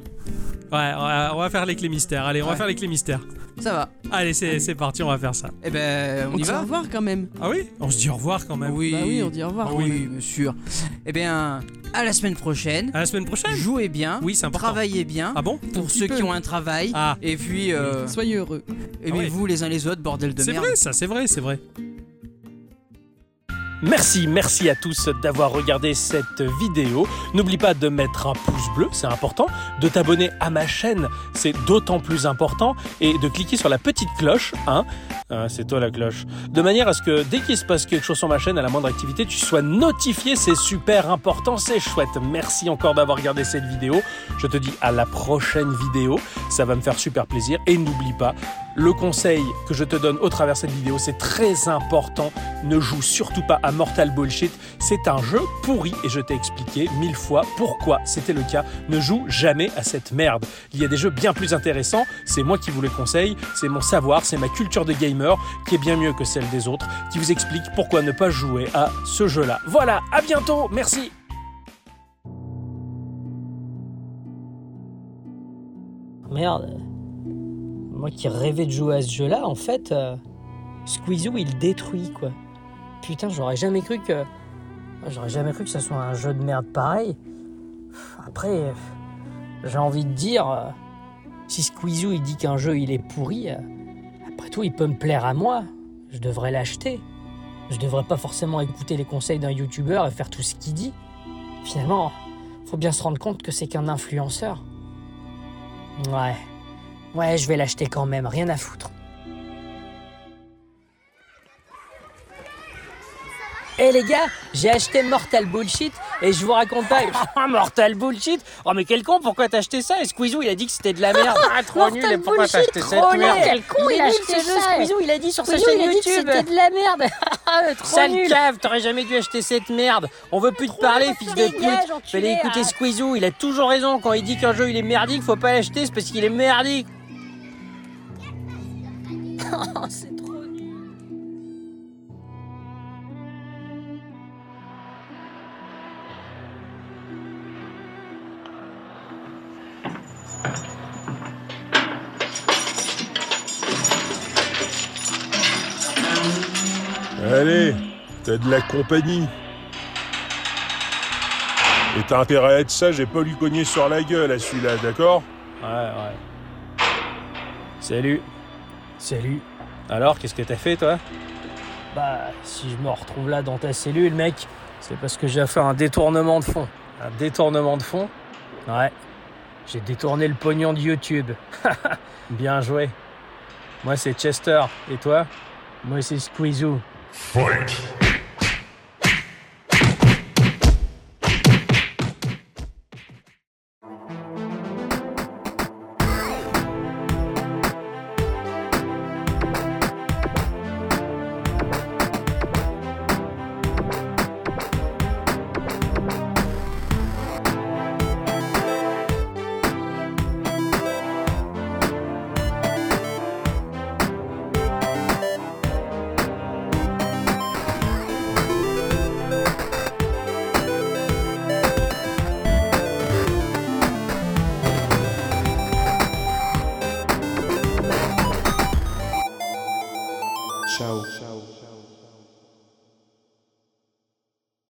Ouais, on va- on va faire les clés mystères. Allez, on va
Ouais.
faire les clés mystères.
Ça va.
Allez, c'est c'est parti, on va faire ça.
Eh ben, on
Donc,
y
c'est Au
va
revoir quand même.
Ah oui On se dit au revoir quand même.
Oui.
Bah oui, on dit au revoir.
Ah
quand même.
oui, bien sûr. Eh bien, à la semaine prochaine.
À la semaine prochaine
Jouez bien.
Oui, c'est important.
Travaillez bien.
Ah bon
hein. Pour
petit
ceux
peu.
qui ont un travail.
Ah.
Et puis, euh,
Soyez heureux.
aimez-vous les uns les autres, bordel de
C'est
merde.
vrai ça, c'est vrai, c'est vrai.
Merci, merci à tous d'avoir regardé cette vidéo. N'oublie pas de mettre un pouce bleu, c'est important, de t'abonner à ma chaîne, c'est d'autant plus important, et de cliquer sur la petite cloche, hein, Ah, c'est toi la cloche, de manière à ce que dès qu'il se passe quelque chose sur ma chaîne, à la moindre activité, tu sois notifié, c'est super important, c'est chouette. Merci encore d'avoir regardé cette vidéo, je te dis à la prochaine vidéo, ça va me faire super plaisir, et n'oublie pas, le conseil que je te donne au travers de cette vidéo, c'est très important ne joue surtout pas à Mortal Bullshit. C'est un jeu pourri et je t'ai expliqué mille fois pourquoi c'était le cas. Ne joue jamais à cette merde. Il y a des jeux bien plus intéressants. C'est moi qui vous les conseille. C'est mon savoir, c'est ma culture de gamer qui est bien mieux que celle des autres, qui vous explique pourquoi ne pas jouer à ce jeu-là. Voilà, à bientôt. Merci.
Merde. Moi qui rêvais de jouer à ce jeu-là, en fait, euh, Squeezoo, il détruit, quoi. Putain, j'aurais jamais cru que... J'aurais jamais cru que ce soit un jeu de merde pareil. Après, euh, j'ai envie de dire... euh, si Squeezoo, il dit qu'un jeu, il est pourri, euh, après tout, il peut me plaire à moi. Je devrais l'acheter. Je devrais pas forcément écouter les conseils d'un youtubeur et faire tout ce qu'il dit. Finalement, faut bien se rendre compte que c'est qu'un influenceur. Ouais. Ouais, je vais l'acheter quand même, rien à foutre. Eh les gars, j'ai acheté Mortal Bullshit et je vous raconte pas.
Mortal Bullshit. Oh mais quel con, pourquoi t'as acheté ça Et Squeezoo, il a dit que c'était de la merde. Ah, trop nul. Et pourquoi t'as acheté cette merde
con, il a acheté ça Squeezoo, il a dit sur sa chaîne YouTube c'était de la merde Ah, Trop
Sale
nul
cave, t'aurais jamais dû acheter cette merde. On veut plus te parler, fils de pute.
Dégage, enculé,
Fallait écouter
arrête.
Squeezoo, il a toujours raison. Quand il dit qu'un jeu il est merdique, faut pas l'acheter, c'est parce qu'il est merdique.
Squeezou,
Allez, t'as de la compagnie. Et t'as intérêt à être sage et pas lui cogner sur la gueule à celui-là, d'accord
Ouais, ouais. Salut.
Salut.
Alors, qu'est-ce que t'as fait, toi
Bah, si je me retrouve là dans ta cellule, mec, c'est parce que j'ai affaire à un détournement de fond.
Un détournement de fond
Ouais. J'ai détourné le pognon de YouTube.
Bien joué. Moi, c'est Chester. Et toi
Moi, c'est Squeezou.
Fight!